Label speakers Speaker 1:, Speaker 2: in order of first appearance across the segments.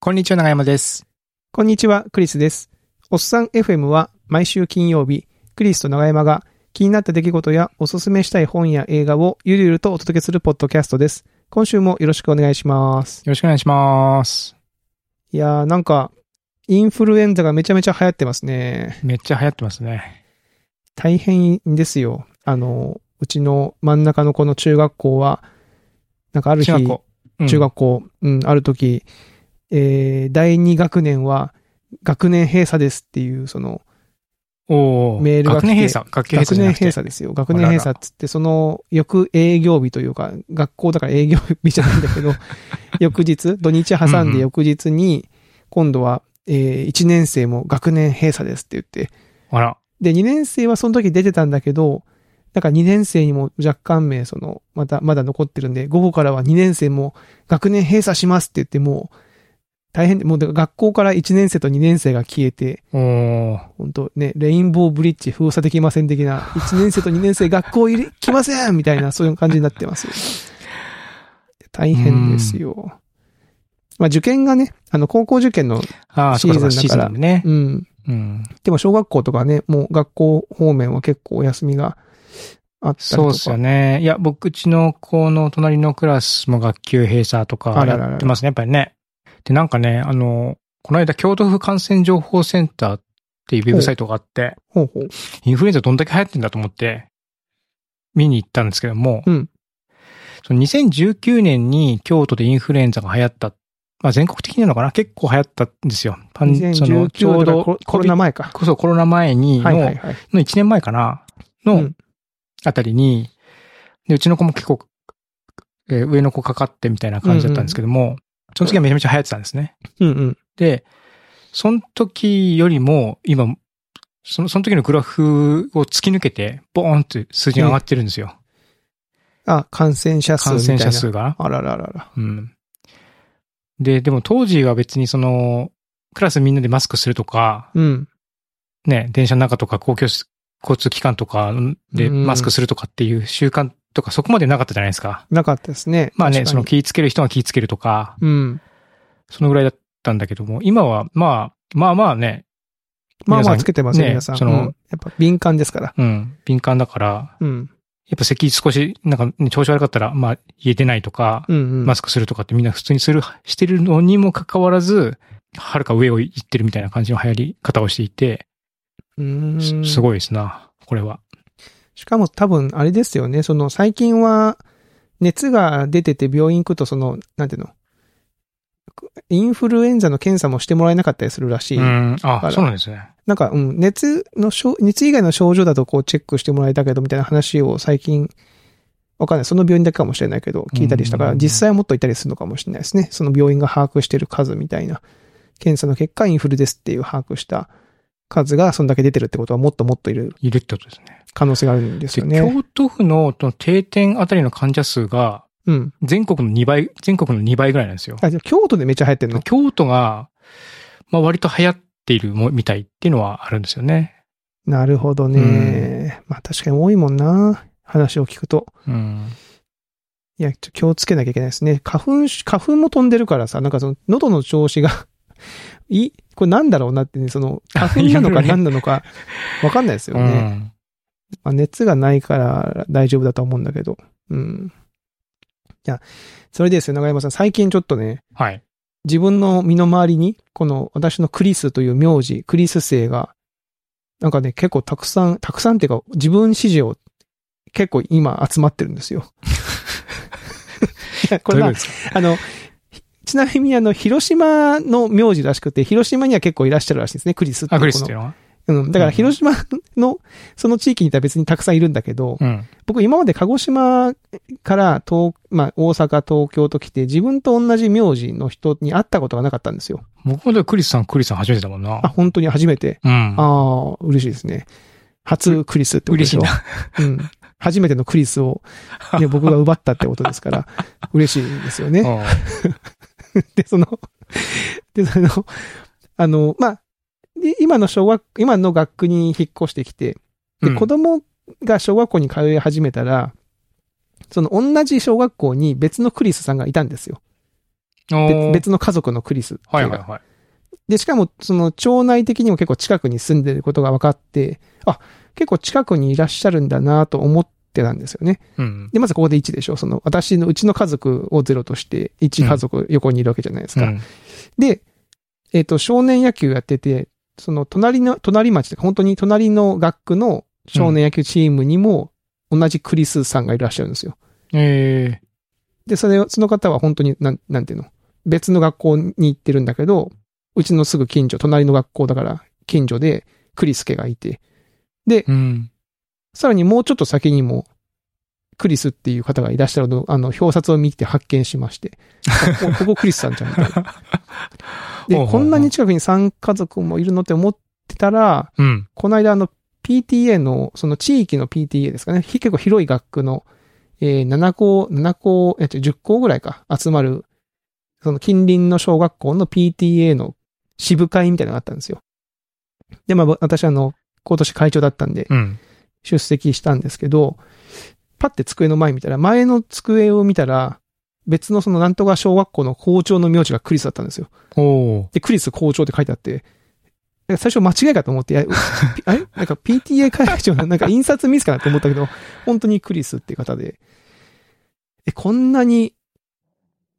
Speaker 1: こんにちは、長山です。
Speaker 2: こんにちは、クリスです。おっさん FM は毎週金曜日、クリスと長山が気になった出来事やおすすめしたい本や映画をゆるゆるとお届けするポッドキャストです。今週もよろしくお願いします。
Speaker 1: よろしくお願いします。
Speaker 2: いやーなんか、インフルエンザがめちゃめちゃ流行ってますね。
Speaker 1: めっちゃ流行ってますね。
Speaker 2: 大変ですよ。あの、うちの真ん中のこの中学校は、なんかある日、
Speaker 1: 中学校。うん
Speaker 2: 中学校、うん、ある時、えー、第2学年は学年閉鎖ですっていう、その、
Speaker 1: おー
Speaker 2: メールが来
Speaker 1: 学
Speaker 2: て
Speaker 1: 年閉鎖。学級閉
Speaker 2: 学
Speaker 1: 鎖じゃ
Speaker 2: 年
Speaker 1: なくて。
Speaker 2: 閉鎖ですよ。学年閉鎖っつって、その、翌営業日というか、学校だから営業日じゃないんだ けど、翌日、土日挟んで翌日に、今度は、え1年生も学年閉鎖ですって言って、
Speaker 1: あら。
Speaker 2: で、2年生はその時出てたんだけど、だから2年生にも若干名、その、また、まだ残ってるんで、午後からは2年生も学年閉鎖しますって言って、もう、大変で、もうだから学校から1年生と2年生が消えて、
Speaker 1: おー
Speaker 2: 本当ね、レインボーブリッジ封鎖できません的な、1年生と2 年生学校入り、来ませんみたいな、そういう感じになってますよ。大変ですよ。まあ受験がね、あの、高校受験の、
Speaker 1: ああ、そうかそうか、シ
Speaker 2: シ
Speaker 1: ー
Speaker 2: ー
Speaker 1: ズンだ
Speaker 2: ズンだから
Speaker 1: もんね。
Speaker 2: うん。
Speaker 1: うん。
Speaker 2: でも小学校とかね、もう学校方面は結構お休みがあったりとか。
Speaker 1: そうっすよね。いや、僕、うちの子の隣のクラスも学級閉鎖とか
Speaker 2: あらららら
Speaker 1: やってますね、やっぱりね。で、なんかね、あの、この間、京都府感染情報センターっていうウェブサイトがあって、
Speaker 2: ほうほう。
Speaker 1: インフルエンザどんだけ流行ってんだと思って、見に行ったんですけども、
Speaker 2: うん
Speaker 1: その2019年に京都でインフルエンザが流行った。まあ全国的なのかな結構流行ったんですよ。パンそのちょ
Speaker 2: 2019
Speaker 1: う
Speaker 2: 年
Speaker 1: ど
Speaker 2: ココロ
Speaker 1: 前。
Speaker 2: ナ前か。
Speaker 1: そう、コロナ前にの、
Speaker 2: はいはいはい。
Speaker 1: の1年前かな
Speaker 2: う
Speaker 1: の
Speaker 2: ん
Speaker 1: あたりに、で、うちの子も結構、えー上の子かかってみたいな感じだったんですけども、その時はめちゃめちゃ流行ってたんですね。
Speaker 2: うんうん。
Speaker 1: で、その時よりも、今、その、その時のグラフを突き抜けて、ボーンって数字が上がってるんですよ。
Speaker 2: あ、感染者数
Speaker 1: 感
Speaker 2: みたい
Speaker 1: 染者
Speaker 2: な。
Speaker 1: 数が。
Speaker 2: あらららら。
Speaker 1: うん。で、でも当時は別にその、クラスみんなでマスクするとか、
Speaker 2: うん。ね
Speaker 1: ね、電車の中とか公共し、交通機関とかで
Speaker 2: うん
Speaker 1: マスクするとかっていう習慣とかそこまでなかったじゃないですか。
Speaker 2: なかったですね。
Speaker 1: まあね、
Speaker 2: 確
Speaker 1: そ
Speaker 2: か
Speaker 1: の
Speaker 2: に
Speaker 1: 気ぃつける人が気ぃつけるとか、
Speaker 2: うん。
Speaker 1: そのぐらいだったんだけども、今はまあ、まあまあね、
Speaker 2: まあま
Speaker 1: 皆さん
Speaker 2: あつけてますよ、
Speaker 1: ね
Speaker 2: 皆さん。
Speaker 1: その
Speaker 2: うんやっぱ敏感ですから。
Speaker 1: うん、敏感だから、
Speaker 2: うん。
Speaker 1: やっぱ咳少し、なんか、ね、調子悪かったら、まあ、家出ないとか、
Speaker 2: うんうん。
Speaker 1: マスクするとかってみんな普通にする、してるのにもかかわらず、はるか上を行ってるみたいな感じの流行り方をしていて、
Speaker 2: うーん
Speaker 1: すすごいですな、これは。
Speaker 2: しかも多分、あれですよね。その、最近は、熱が出てて病院行くと、その、なんていうの、インフルエンザの検査もしてもらえなかったりするらしい。
Speaker 1: うん、
Speaker 2: か
Speaker 1: あ、
Speaker 2: ら
Speaker 1: そうなんですね。
Speaker 2: なんか、うん、熱の症、熱以外の症状だとこうチェックしてもらえたけど、みたいな話を最近、わかんない。その病院だけかもしれないけど、聞いたりしたか
Speaker 1: う
Speaker 2: ら、
Speaker 1: ん
Speaker 2: 実際はもっといたりするのかもしれないですね。その病院が把握してる数みたいな。検査の結果、インフルですっていう把握した数が、そんだけ出てるってことは、もっともっといる
Speaker 1: いるってことですね。
Speaker 2: 可能性があるんですよ
Speaker 1: で
Speaker 2: ね。
Speaker 1: 京都府のその定点あたりの患者数が、
Speaker 2: うん。
Speaker 1: 全国の2倍、全国の2倍ぐらいなんですよ。
Speaker 2: あ、じゃあ京都でめっちゃ流行ってるの
Speaker 1: 京都が、まあ、割と流行っているもみたいっていうのはあるんですよね。
Speaker 2: なるほどね。まあ確かに多いもんな。話を聞くと。
Speaker 1: うん。
Speaker 2: いや、ちょ気をつけなきゃいけないですね。花粉し、花粉も飛んでるからさ、なんかその喉の調子が、 いい、これなんだろうなってね、その、花粉なの
Speaker 1: いろいろ
Speaker 2: か
Speaker 1: ね
Speaker 2: 何なのか、わかんないですよ
Speaker 1: う
Speaker 2: ね。
Speaker 1: ん。
Speaker 2: まあ、熱がないから大丈夫だとは思うんだけど。うん。いや、それですよ、長山さん。最近ちょっとね、
Speaker 1: はい。
Speaker 2: 自分の身の回りに、この私のクリスという名字、クリス姓が、なんかね、結構たくさん、たくさんっていうか、自分史上、結構今集まってるんですよ。いやこれ
Speaker 1: どう
Speaker 2: は
Speaker 1: いうことですか
Speaker 2: あの、ちなみにあの、広島の名字らしくて、広島には結構いらっしゃるらしいですね、クリスってい
Speaker 1: あ、
Speaker 2: う
Speaker 1: グ
Speaker 2: この。
Speaker 1: リスっていうのは
Speaker 2: うん。だから広島の、その地域にいたら別にたくさんいるんだけど、
Speaker 1: うん。
Speaker 2: 僕今まで鹿児島から東、まあ大阪、東京と来て、自分と同じ名字の人に会ったことがなかったんですよ。
Speaker 1: 僕もだからクリスさん、クリスさん初めてだもんな
Speaker 2: あ、。本当に初めて。
Speaker 1: うん。
Speaker 2: ああ、嬉しいですね。初クリスってことでしょ。
Speaker 1: 嬉
Speaker 2: うん。初めてのクリスを、ね、僕が奪ったってことです から、嬉しいですよ ね。
Speaker 1: うん
Speaker 2: で、その、で、その、あの、まあ、で今の小学、今の学区に引っ越してきて、で、
Speaker 1: うん
Speaker 2: 子供が小学校に通い始めたら、その同じ小学校に別のクリスさんがいたんですよ。べ
Speaker 1: おー
Speaker 2: 別の家族のクリスって
Speaker 1: はいいうはい
Speaker 2: か。
Speaker 1: はい。
Speaker 2: で、しかも、その、町内的にも結構近くに住んでることが分かって、あ、結構近くにいらっしゃるんだなと思ってたんですよね。
Speaker 1: うん。
Speaker 2: で、まずここで1でしょ。その、私の、うちの家族をゼロとして、1家族横にいるわけじゃないです
Speaker 1: う
Speaker 2: か。
Speaker 1: ん
Speaker 2: で、えっ、と、少年野球やってて、その、隣の、隣町というか、本当に隣の学区の少年野球チームにも、同じクリスさんがいらっしゃるんですよ。
Speaker 1: え
Speaker 2: で、それ、その方は本当に、なん、なんていうの別の学校に行ってるんだけど、うちのすぐ近所、隣の学校だから、近所で、クリス家がいて、
Speaker 1: ーうん。
Speaker 2: さらにもうちょっと先にも、クリスっていう方がいらっしゃるのを、あの、表札を見て発見しまして、あこここクリスさんじゃんみたいな。
Speaker 1: ほうほう
Speaker 2: で、
Speaker 1: ほう
Speaker 2: こんなに近くに3家族もいるのって思ってたら、
Speaker 1: うん。
Speaker 2: この間あの、PTA の、その地域の PTA ですかね、ひ結構広い学区の、えー7校、7校、えっと、10校ぐらいか、集まる、その近隣の小学校の PTA の支部会みたいなのがあったんですよ。で、まあ、私あの、今年会長だったんで、
Speaker 1: うん。
Speaker 2: 出席したんですけど、パッて机の前見たら、前の机を見たら、別のそのなんとか小学校の校長の名字がクリスだったんですよ。
Speaker 1: おー
Speaker 2: で、クリス校長って書いてあって、なんか最初間違いかと思って、いやピあれなんか PTA 会長のなんか印刷ミスかなって思ったけど、本当にクリスっていう方で、え、こんなに、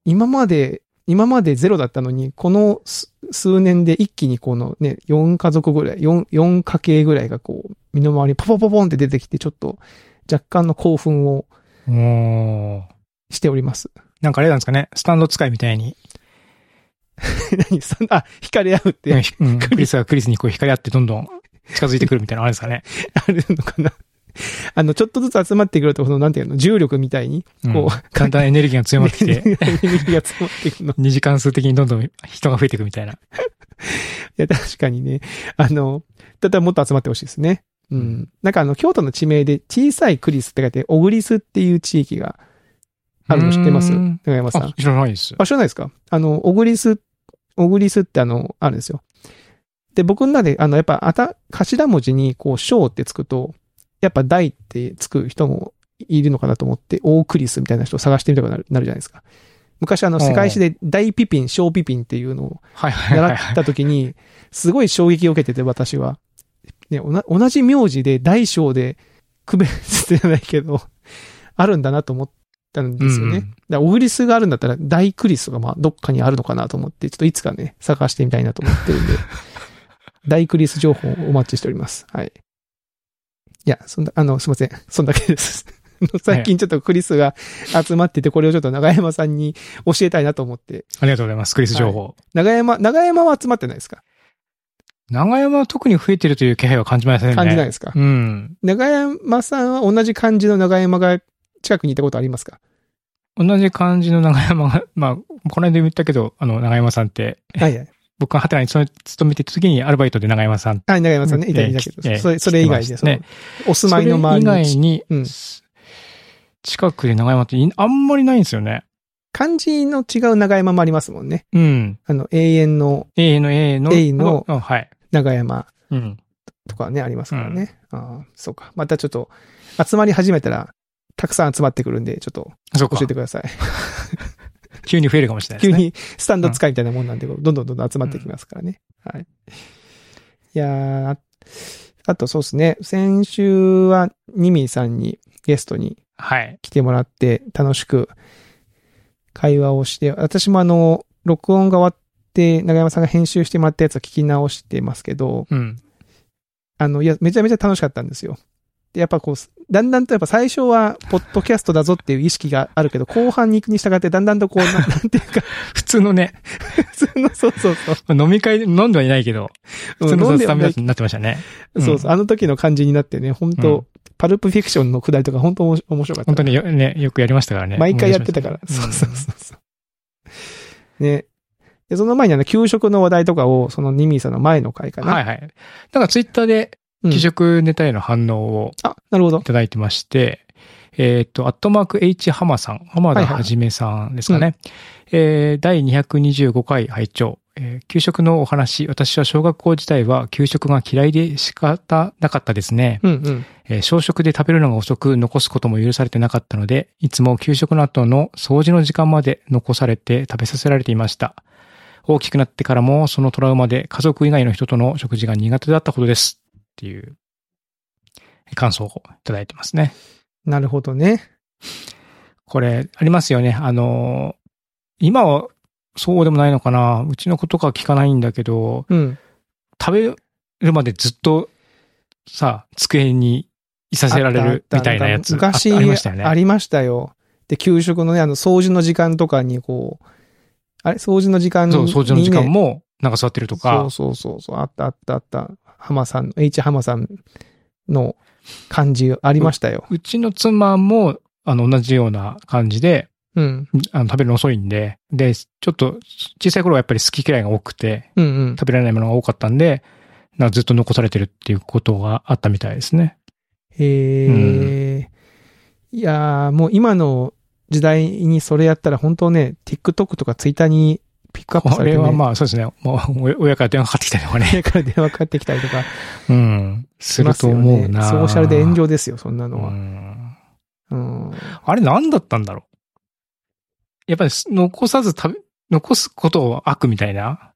Speaker 2: 今まで、今までゼロだったのに、この数数年で一気にこのね、4家族ぐらい、4、4家系ぐらいがこう、身の回りにポポポポンって出てきて、ちょっと若干の興奮を
Speaker 1: おー
Speaker 2: しております。
Speaker 1: なんかあれなんですかね。スタンド使いみたいに。
Speaker 2: 何 そんな、あ惹かれ合うって
Speaker 1: うんひ うんクリスがクリスにこう光り合ってどんどん近づいてくるみたいなのあれですかね。
Speaker 2: あるのかな。あの、ちょっとずつ集まってくると、その、なんていうの、重力みたいに、
Speaker 1: うん
Speaker 2: こう、
Speaker 1: だんだんエネルギーが強まってき
Speaker 2: エネ
Speaker 1: て、
Speaker 2: ルギーが詰まってい くの。い
Speaker 1: 二次関数的にどんどん人が増えていくみたいな。
Speaker 2: や、確かにね。あの、だったらもっと集まってほしいですね。う
Speaker 1: うん
Speaker 2: ん。なんかあの、京都の地名で、小さいクリスって書いて、小栗スっていう地域があるの知ってます
Speaker 1: うん
Speaker 2: 高山さ
Speaker 1: あ
Speaker 2: ん。、
Speaker 1: 知らないです。
Speaker 2: あ、知らないですかあの、小栗ス、小栗スってあの、あるんですよ。で、僕の中で、あの、やっぱ、あた、頭文字に、こう、小ってつくと、やっぱ、大ってつく人もいるのかなと思って、大クリスみたいな人を探してみたくなるなるじゃないですか。昔、あ
Speaker 1: う
Speaker 2: の、
Speaker 1: ん
Speaker 2: 世界史で大ピピン、小ピピンっていうのを
Speaker 1: はいはい はい
Speaker 2: 習
Speaker 1: は
Speaker 2: っ
Speaker 1: い。
Speaker 2: た時に、すごい衝撃を受けてて、私は。ね、おな同じ名字で、大小で、区別じゃないけど、あるんだなと思ったんですよね。
Speaker 1: うんうん
Speaker 2: だからオグリスがあるんだったら、大クリスがまあ、どっかにあるのかなと思って、ちょっといつかね、探してみたいなと思ってるんで、 大クリス情報をお待ちしております。はい。いや、そんな、あの、すいません。そんだけです。あの最近ちょっとクリスが集まってて、これをちょっと長山さんに教えたいなと思って。
Speaker 1: ありがとうございます。クリス情報。
Speaker 2: 長山、長山は集まってないですか
Speaker 1: 長山は特に増えてるという気配は感じませんね。
Speaker 2: 感じないですか、
Speaker 1: うん。
Speaker 2: 長山さんは同じ感じの長山が近くにいたことありますか
Speaker 1: 同じ感じの長山が、 まあ、この間言ったけど、あの、長山さんって、
Speaker 2: はいはい。
Speaker 1: 僕がハテナに勤め勤めていた時にアルバイトで長山さん。
Speaker 2: はい、長山さんね、
Speaker 1: うん
Speaker 2: いたいたけど、
Speaker 1: ええ
Speaker 2: それ、それ以外
Speaker 1: 来
Speaker 2: で、
Speaker 1: て
Speaker 2: そ
Speaker 1: ま
Speaker 2: の、
Speaker 1: したね
Speaker 2: お住まいの周り
Speaker 1: それ
Speaker 2: の
Speaker 1: 以外に、
Speaker 2: うん
Speaker 1: 近くで長山っていあんまりないんですよね。
Speaker 2: 漢字の違う長山もありますもんね。
Speaker 1: うん。
Speaker 2: あの、永遠の
Speaker 1: A の A の。
Speaker 2: A の
Speaker 1: うんはい。
Speaker 2: 長山
Speaker 1: うん。
Speaker 2: とかね、ありますからね。ああ、そうか。またちょっと、集まり始めたら、たくさん集まってくるんで、ちょっと
Speaker 1: そう
Speaker 2: 教
Speaker 1: か
Speaker 2: え。てください。
Speaker 1: 急に増えるかもしれないで
Speaker 2: 急
Speaker 1: すね。
Speaker 2: にスタンド使いみたいなもんなんで、どんどんどんどん集まってきますからね。はい。いやーあとそうですね、先週はニミーさんにゲストに
Speaker 1: はい。
Speaker 2: 来てもらって楽しく会話をして、私もあの、録音が終わって、長山さんが編集してもらったやつを聞き直してますけど、
Speaker 1: うん。
Speaker 2: あの、いや、めちゃめちゃ楽しかったんですよ。で、やっぱこう、だんだんとやっぱ最初は、ポッドキャストだぞっていう意識があるけど、後半に行くに従って、だんだんとこう、な なんていうか、
Speaker 1: 普通のね、
Speaker 2: 普通の、そうそうそう。
Speaker 1: 飲み会で飲んではいないけど、普通の雑談みたいになってましたね。うん
Speaker 2: そうそう、あの時の感じになってね、本当、
Speaker 1: うん
Speaker 2: パルプフィクションのくだりとか本当面白面白かった
Speaker 1: 本
Speaker 2: な。
Speaker 1: 当によ,、ね、よくやりましたからね。
Speaker 2: 毎回やってたから。そうそうそうそう。ね。で、その前にあの、給食の話題とかを、そのニミーさんの前の回か
Speaker 1: うん
Speaker 2: な。
Speaker 1: はい
Speaker 2: い。
Speaker 1: はい。なんかツイッターで、
Speaker 2: うん
Speaker 1: 給食ネタへの反応を
Speaker 2: あ、なるほど
Speaker 1: い。ただいてまして、えーっと、アットマーク H ハマさん、浜田はじめさんですかね。えー第225回拝聴えー給食のお話、私は小学校時代は給食が嫌いで仕方なかったですね。
Speaker 2: うんうん。
Speaker 1: えー小食で食べるのが遅く残すことも許されてなかったので、いつも給食の後の掃除の時間まで残されて食べさせられていました。大きくなってからもそのトラウマで家族以外の人との食事が苦手だったほどです。っていう感想をいただいてますね。
Speaker 2: なるほどね。
Speaker 1: これ、ありますよね。あの、今はそうでもないのかな。うちの子とかは聞かないんだけど、
Speaker 2: うん。
Speaker 1: 食べるまでずっとさ、机にいさせられる
Speaker 2: あ
Speaker 1: み
Speaker 2: った
Speaker 1: た
Speaker 2: あった
Speaker 1: いなやつ。ああ
Speaker 2: 昔
Speaker 1: りましたよね。
Speaker 2: ありましたよ。で、給食のね、あの、掃除の時間とかにこう、あれ掃除の時間に、
Speaker 1: そう、
Speaker 2: ね。
Speaker 1: 掃除の時間も、なんか座ってるとか、
Speaker 2: そうそうそうそう、あったあったあった。浜さんの、H 浜さんの感じありましたよ。
Speaker 1: うちの妻も、あの、同じような感じで、
Speaker 2: うん。
Speaker 1: あの食べるの遅いんで、で、ちょっと、小さい頃はやっぱり好き嫌いが多くて、
Speaker 2: うんうん。
Speaker 1: 食べられないものが多かったんで、なんかずっと残されてるっていうことがあったみたいですね。
Speaker 2: へえ、いやー、もう今の時代にそれやったら本当ね、TikTok とか Twitter にピックアップ
Speaker 1: こ
Speaker 2: されて、
Speaker 1: れ
Speaker 2: ね、
Speaker 1: はまあそうですね。もう、お親から電話かかってきたりとか ね。
Speaker 2: 家から電話かかってきたりとか
Speaker 1: うん。す
Speaker 2: し
Speaker 1: る
Speaker 2: ます
Speaker 1: と
Speaker 2: よ
Speaker 1: 思う
Speaker 2: ね。
Speaker 1: な。
Speaker 2: ソーシャルで炎上ですよ、そんなの
Speaker 1: う
Speaker 2: は。
Speaker 1: ん
Speaker 2: うん。
Speaker 1: あれ何だったんだろう。やっぱり残さず食べ、残すことを悪みたいな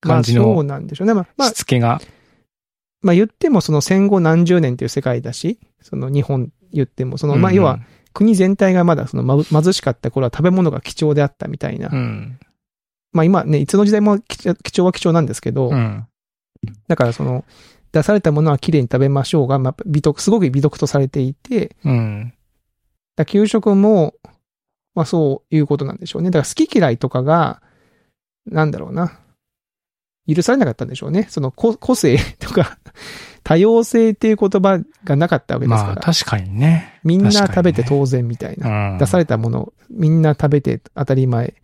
Speaker 1: 感じ
Speaker 2: まあそう
Speaker 1: の
Speaker 2: なんでしょうね。まあ、まあ
Speaker 1: し、つけが。
Speaker 2: まあ言ってもその戦後何十年っていう世界だし、その日本言っても、その、まあ
Speaker 1: うん
Speaker 2: 要は、国全体がまだそのまぶ貧しかった頃は食べ物が貴重であったみたいな。
Speaker 1: うん。
Speaker 2: まあ今ね、いつの時代も貴重貴重は貴重なんですけど、
Speaker 1: うん。
Speaker 2: だからその、出されたものは綺麗に食べましょうが、まあ、美徳、すごく美徳とされていて、
Speaker 1: うん。
Speaker 2: だから給食も、まあそういうことなんでしょうね。だから好き嫌いとかが、なんだろうな。許されなかったんでしょうね。その個個性とか、多様性っていう言葉がなかったわけですか
Speaker 1: ま
Speaker 2: ら
Speaker 1: あ、確かにね。
Speaker 2: みんな食べて
Speaker 1: 確かにね
Speaker 2: 当然みたいな。
Speaker 1: うん。
Speaker 2: 出されたもの、みんな食べて当たり前、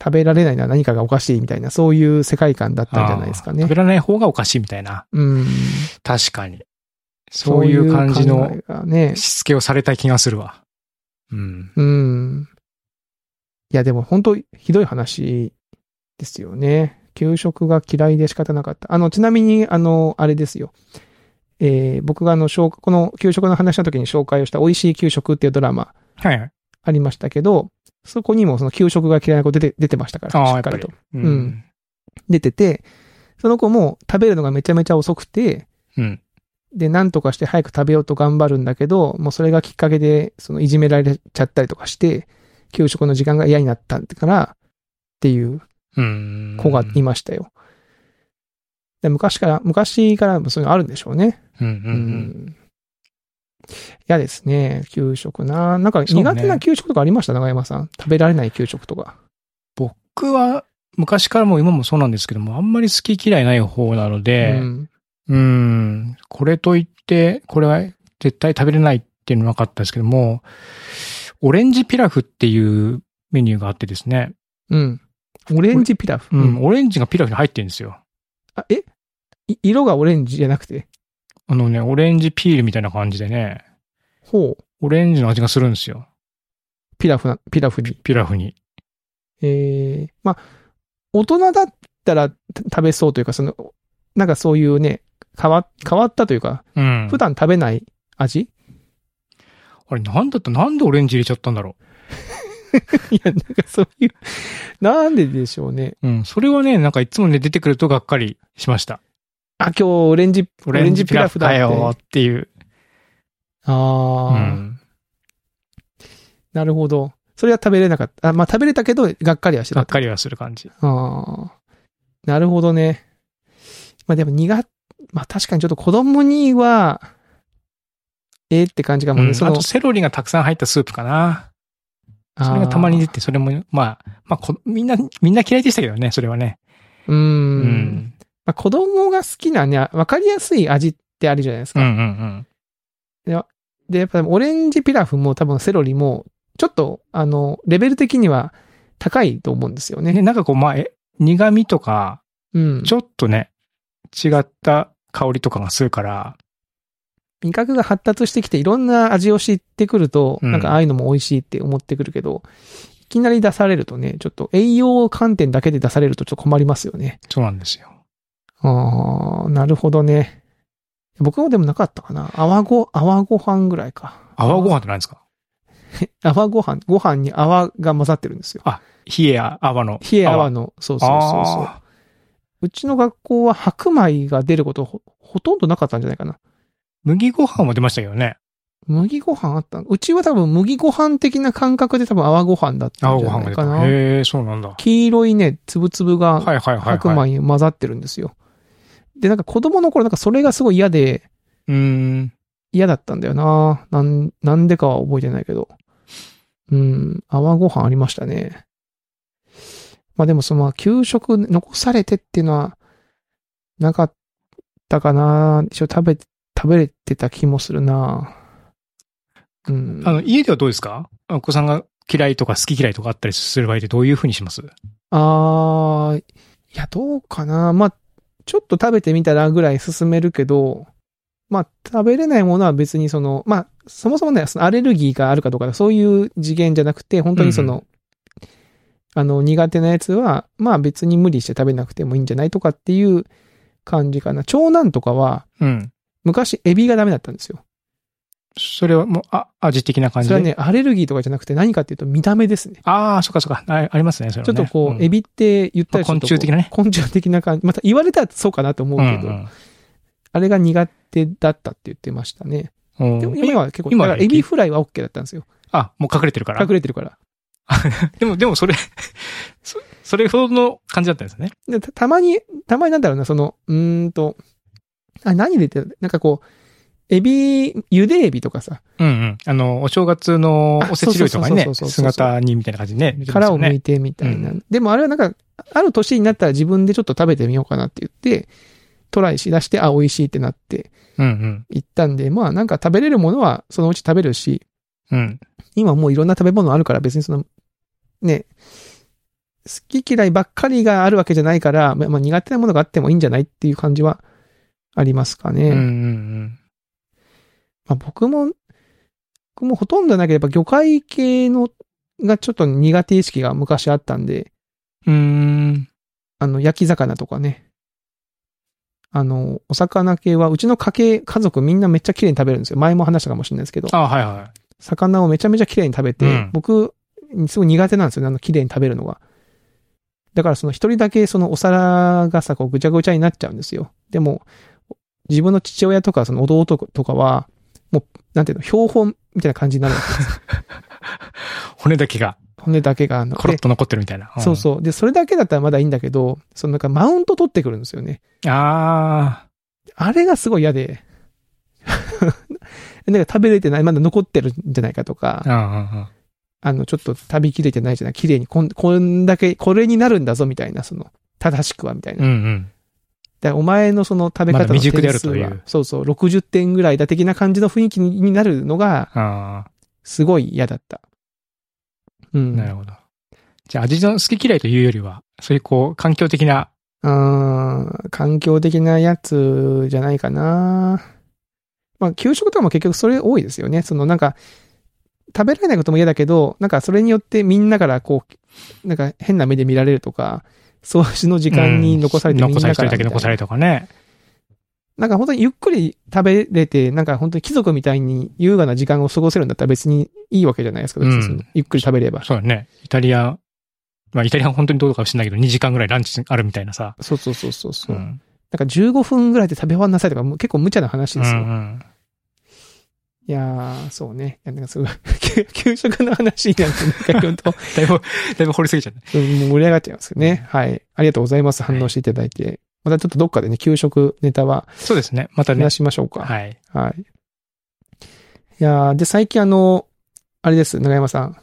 Speaker 2: 食べられないのは何かがおかしいみたいな、そういう世界観だったんじゃないですか
Speaker 1: あー食
Speaker 2: ね
Speaker 1: べ。られない方がおかしいみたいな。
Speaker 2: うん。
Speaker 1: 確かに。そういう感じ
Speaker 2: そうい
Speaker 1: の
Speaker 2: う考えがね。
Speaker 1: しつけをされた気がするわ。うん。
Speaker 2: うん。いや、でも本当ひどい話ですよね。給食が嫌いで仕方なかった。あの、ちなみに、あの、あれですよ。えー僕があの、紹この給食の話の時に紹介をした美味しい給食っていうドラマ
Speaker 1: はいはい。
Speaker 2: ありましたけど、そこにもその給食が嫌いな子出て、出てましたから、
Speaker 1: ああ、
Speaker 2: し
Speaker 1: や
Speaker 2: っ
Speaker 1: っ
Speaker 2: か
Speaker 1: ぱ
Speaker 2: り
Speaker 1: り
Speaker 2: と。。出てて、その子も食べるのがめちゃめちゃ遅くて、
Speaker 1: うん。
Speaker 2: で、なんとかして早く食べようと頑張るんだけど、もうそれがきっかけで、そのいじめられちゃったりとかして、給食の時間が嫌になったから、っていう
Speaker 1: うん。
Speaker 2: 子がいましたよ。で昔から、昔からもそういうのあるんでしょうね。
Speaker 1: うんう
Speaker 2: うん嫌ですね、給食な。なんか
Speaker 1: そうね
Speaker 2: 苦手な給食とかありました、長山さん。食べられない給食とか。
Speaker 1: うん。僕は、昔からも今もそうなんですけども、あんまり好き嫌いない方なので
Speaker 2: う、ん
Speaker 1: うん、これといって、これは絶対食べれないっていうのはなかったですけども、オレンジピラフっていうメニューがあってですね、
Speaker 2: うん。オレンジピラフ。
Speaker 1: うん、オレンジがピラフに入ってるんですよ。
Speaker 2: あえい色がオレンジじゃなくて
Speaker 1: あのね、オレンジピールみたいな感じでね、
Speaker 2: ほう。
Speaker 1: オレンジの味がするんですよ。
Speaker 2: ピラフな、ピラフに。
Speaker 1: ピラフに。
Speaker 2: ええまあ、大人だったらた食べそうというか、その、なんかそういうね、変わ、変わったというか、
Speaker 1: うん。
Speaker 2: 普段食べない味、
Speaker 1: あれ、なんだったなんでオレンジ入れちゃったんだろ
Speaker 2: いや、なんかそういう、なんででしょうね。
Speaker 1: う。うん。それはね、なんかいつもね、出てくるとがっかりしました。
Speaker 2: あ、今日オレンジ、
Speaker 1: オレンジピラフ
Speaker 2: オ
Speaker 1: だ
Speaker 2: レンジピ
Speaker 1: よ
Speaker 2: ラフだ
Speaker 1: ー
Speaker 2: っ
Speaker 1: ってていう。
Speaker 2: あ
Speaker 1: う
Speaker 2: あ、
Speaker 1: ん。
Speaker 2: なるほど。それは食べれなかった。あ、まあ食べれたけど、がっかりはして
Speaker 1: が
Speaker 2: た
Speaker 1: っ。かりはする感じ。
Speaker 2: ああ。なるほどね。まあでも苦っ、まあ確かにちょっと子供には、ええって感じかもね。
Speaker 1: うん
Speaker 2: そ
Speaker 1: あ
Speaker 2: の
Speaker 1: と、セロリがたくさん入ったスープかな。それがたまに出て、それも、まあ、まあこ、みんな、みんな嫌いでしたけどね、それはね。
Speaker 2: うーん。
Speaker 1: うん
Speaker 2: まあ子供が好きなね、わかりやすい味ってあるじゃないです
Speaker 1: うんう
Speaker 2: か。
Speaker 1: ん
Speaker 2: で、やっぱオレンジピラフも多分セロリも、ちょっと、あの、レベル的には高いと思うんですよ
Speaker 1: うん。ね、
Speaker 2: ね。
Speaker 1: なんかこう、まあ、え苦味とか、
Speaker 2: うん。
Speaker 1: ちょっとね、違った香りとかがするから、
Speaker 2: 味覚が発達してきていろんな味を知ってくると、
Speaker 1: うん
Speaker 2: なんかああいうのも美味しいって思ってくるけど、きなり出されるとね、ちょっと栄養観点だけで出されるとちょっと困りますよね。
Speaker 1: そうなんですよ。
Speaker 2: ああ、なるほどね。僕もでもなかったかな。泡ご、泡ご飯ぐらいか。
Speaker 1: 泡ご飯って何ですか
Speaker 2: 泡ご飯、ご飯に泡が混ざってるんですよ。
Speaker 1: 冷えや泡の。
Speaker 2: 冷え泡の、そうそうそうそう。
Speaker 1: あ
Speaker 2: うちの学校は白米が出ることほほとんどなかったんじゃないかな。
Speaker 1: ー麦ご飯も出ましたけどね。
Speaker 2: 麦ご飯あったうちは多分麦ご飯的な感覚で多分泡ご飯だったん
Speaker 1: 泡
Speaker 2: じ
Speaker 1: ご飯
Speaker 2: ゃな
Speaker 1: が
Speaker 2: い
Speaker 1: 出
Speaker 2: か
Speaker 1: た。
Speaker 2: な。
Speaker 1: へえ、そうなんだ。は
Speaker 2: 黄色いね、粒々
Speaker 1: いは
Speaker 2: が
Speaker 1: いはいはい。
Speaker 2: 白米に混ざってるんですよ。で、なんか子供の頃なんかそれがすごい嫌で、
Speaker 1: うーん。
Speaker 2: 嫌だったんだよな。なん、なんでかは覚えてないけど。うん、泡ご飯ありましたね。まあでもその、まあ給食残されてっていうのは、なかったかな。一応食べ、食べれてた気もするな。うん。
Speaker 1: あの、家ではどうですかお子さんが嫌いとか好き嫌いとかあったりする場合ってどういうふうにします
Speaker 2: あー、いや、どうかな。まあ、ちょっと食べてみたらぐらい進めるけど、まあ、食べれないものは別にその、まあ、そもそもね、そのアレルギーがあるかとか、そういう次元じゃなくて、本当にその、あの、苦手なやつは、まあ別に無理して食べなくてもいいんじゃないとかっていう感じかな。長男とかは、
Speaker 1: うん。
Speaker 2: 昔エビがダメだったんですよ。
Speaker 1: それはもう、あ、味的な感じ
Speaker 2: そ
Speaker 1: で。
Speaker 2: れはね、アレルギーとかじゃなくて何かっていうと見た目ですね。
Speaker 1: ああ、そっかそっか。あありますね、それ
Speaker 2: ちょ
Speaker 1: は
Speaker 2: っ
Speaker 1: ね、
Speaker 2: とこ
Speaker 1: ん
Speaker 2: う、エビって言ったらちょっ
Speaker 1: まあ昆
Speaker 2: とこう
Speaker 1: 虫的なね
Speaker 2: 昆虫的な感じ。また言われたらそうかなと思う
Speaker 1: う
Speaker 2: け
Speaker 1: ん
Speaker 2: ど、
Speaker 1: うん
Speaker 2: あれが苦手だったって言ってましたね。
Speaker 1: うん
Speaker 2: でも今は結構、
Speaker 1: 今
Speaker 2: だ
Speaker 1: は
Speaker 2: からエビフライは OK だったんですよ。
Speaker 1: あ、もう隠れてるから
Speaker 2: 隠。れてるから。
Speaker 1: でも、でもそれ そ、それほどの感じだったんですね。
Speaker 2: でたたまに、たまになんだろうな、その、うーんと、あ、何出てるなんかこう、エビ、茹でエビとかさ、
Speaker 1: うんうん。あの、お正月のおせち料理とかに
Speaker 2: あそ
Speaker 1: ね、
Speaker 2: うそうそうそうそう
Speaker 1: 姿にみたいな感じでね。出てます
Speaker 2: 殻
Speaker 1: よ
Speaker 2: を
Speaker 1: ね
Speaker 2: 剥いてみたいな。
Speaker 1: う
Speaker 2: でもあれはなんか、ある年になったら自分でちょっと食べてみようかなって言って、トライしだして、あ、美味しいってなって
Speaker 1: うん
Speaker 2: いったんで、まあなんか食べれるものはそのうち食べるし、
Speaker 1: うん。うん。
Speaker 2: 今もういろんな食べ物あるから別にその、ね、好き嫌いばっかりがあるわけじゃないから、ままあ苦手なものがあってもいいんじゃないっていう感じはありますか
Speaker 1: うん
Speaker 2: ね。
Speaker 1: うんうん。
Speaker 2: まあ僕も、僕もほとんどなければ魚介系のがちょっと苦手意識が昔あったんで、
Speaker 1: うーん。
Speaker 2: あの、焼き魚とかね。あの、お魚系は、うちの家系、家族みんなめっちゃ綺麗に食べるんですよ。前も話したかもしれないですけど。
Speaker 1: あはいは
Speaker 2: 魚をめちゃめちゃ綺麗に食べて、
Speaker 1: うん
Speaker 2: 僕、すごい苦手なんですよね、あの綺麗に食べるのが。だからその一人だけそのお皿がさ、こうぐちゃぐちゃになっちゃうんですよ。でも、自分の父親とかその弟とかは、もう、なんていうの、標本みたいな感じになるわ けです。
Speaker 1: い。骨だけが、
Speaker 2: 骨だけがあの、
Speaker 1: コロ
Speaker 2: で
Speaker 1: ッと残ってるみたいな。
Speaker 2: そうそう。で、それだけだったらまだいいんだけど、そのなんかマウント取ってくるんですよね。
Speaker 1: うん。ああ。
Speaker 2: あれがすごい嫌で。 なんか食べれてない、まだ残ってるんじゃないかとか
Speaker 1: う、んうんうん。
Speaker 2: あの、ちょっと食べきれてないじゃない、綺麗に、こん、こんだけ、これになるんだぞ、みたいな、その、正しくは、みたいな。
Speaker 1: うんうん。
Speaker 2: だからお前のその食べ
Speaker 1: まだ
Speaker 2: 方の
Speaker 1: 未熟であ
Speaker 2: 点
Speaker 1: る
Speaker 2: 数
Speaker 1: という
Speaker 2: は、そうそう、60点ぐらいだ的な感じの雰囲気になるのが、
Speaker 1: ああ。
Speaker 2: すごい嫌だった。うん。
Speaker 1: なるほど。じゃあ、味の好き嫌いというよりは、そういうこう、環境的な、
Speaker 2: あー環境的なやつじゃないかな。まあ、給食とかも結局それ多いですよね。そのなんか、食べられないことも嫌だけど、なんかそれによってみんなからこう、なんか変な目で見られるとか、掃除の時間に残されて
Speaker 1: うん
Speaker 2: みん
Speaker 1: 残さ
Speaker 2: な
Speaker 1: れて
Speaker 2: か
Speaker 1: る
Speaker 2: ら
Speaker 1: だ
Speaker 2: み
Speaker 1: け
Speaker 2: たいな
Speaker 1: 残されるとかね。
Speaker 2: なんか本当にゆっくり食べれて、なんか本当に貴族みたいに優雅な時間を過ごせるんだったら別にいいわけじゃないですか。別にその
Speaker 1: うん
Speaker 2: ゆっくり食べれば。
Speaker 1: そうだね。イタリア、まあイタリアは本当にどうかは知らないけど、2時間ぐらいランチあるみたいなさ。
Speaker 2: そうそうそうそうそう。
Speaker 1: ん。
Speaker 2: なんか15分ぐらいで食べ終わんなさいとか、もう結構無茶な話
Speaker 1: う
Speaker 2: ですよ。
Speaker 1: ん
Speaker 2: いやー、そう ね。いや、なんかすごい給、給食の話になると、なんかいろいろと、
Speaker 1: だいぶ、だいぶ掘りすぎちゃった。
Speaker 2: うんもう盛り上がっちゃいますよね。はい。ありがとうございます。
Speaker 1: はい
Speaker 2: 反応していただいて。またちょっとどっかでね、給食ネタは
Speaker 1: そうですね。またね
Speaker 2: 話。しましょうか。
Speaker 1: はい。
Speaker 2: はい。い、やー、で、最近あの、あれです、長山さん。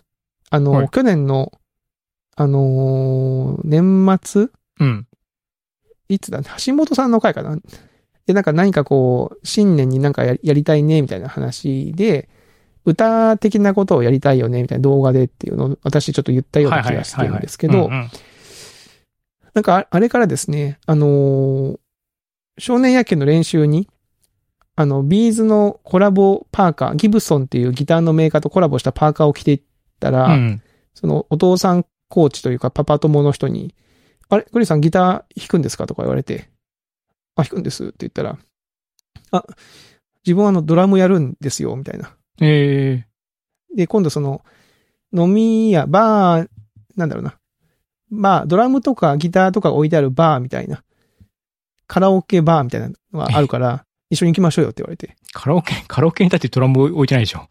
Speaker 2: あの、
Speaker 1: はい
Speaker 2: 去年の、あのー年末
Speaker 1: うん。
Speaker 2: いつだ橋本さんの回かなで、なんか何かこう、新年になんかややりたいね、みたいな話で、歌的なことをやりたいよね、みたいな動画でっていうのを私ちょっと言ったような気がしてるんですけ
Speaker 1: はいは
Speaker 2: ど
Speaker 1: い、はいはい
Speaker 2: なんかああれからですね、あのー少年野球の練習に、あの、ビーズのコラボパーカー、ギブソンっていうギターのメーカーとコラボしたパーカーを着ていったら、
Speaker 1: うんうん
Speaker 2: そのお父さんコーチというかパパ友の人に、あれ、グリさんギター弾くんですかとか言われて、あ、弾くんですって言ったら、あ、自分はあのドラムやるんですよ、みたいな。
Speaker 1: え
Speaker 2: で、今度その、飲み屋、バー、なんだろうな。バー、ドラムとかギターとか置いてあるバーみたいな。カラオケバーみたいなのがあるから、一緒に行きましょうよって言われて。
Speaker 1: ー、カラオケ、カラオケにだってドラム置いてないでしょ。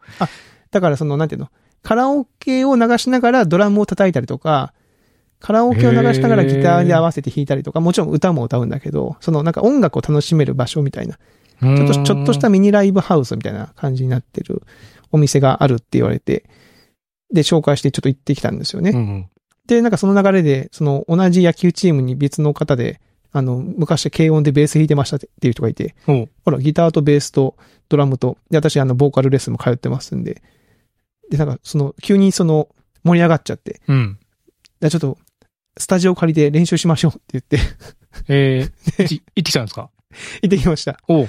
Speaker 2: だからその、なんていうの、カラオケを流しながらドラムを叩いたりとか、カラオケを流しながらギターで合わせて弾いたりとか、もちろん歌も歌うんだけど、そのなんか音楽を楽しめる場所みたいな、
Speaker 1: ちょ。
Speaker 2: ちょっとちょっとしたたミニライブハウスみたいな感じになってるお店があるって言われて、で、紹介してちょっと行ってきたんですよね。
Speaker 1: うん。
Speaker 2: で、なんかその流れで、その同じ野球チームに別の方で、あの、昔軽音でベース弾いてましたっていう人がいて、
Speaker 1: おう
Speaker 2: ほら、ギターとベースとドラムと、で、私、あの、ボーカルレッスンも通ってますんで、で、なんか、その、急にその、盛り上がっちゃって、
Speaker 1: うん。
Speaker 2: じゃあちょっと、スタジオ借りて練習しましょうって言って、
Speaker 1: えー、い行ってきたんですか
Speaker 2: 行ってきました。
Speaker 1: おう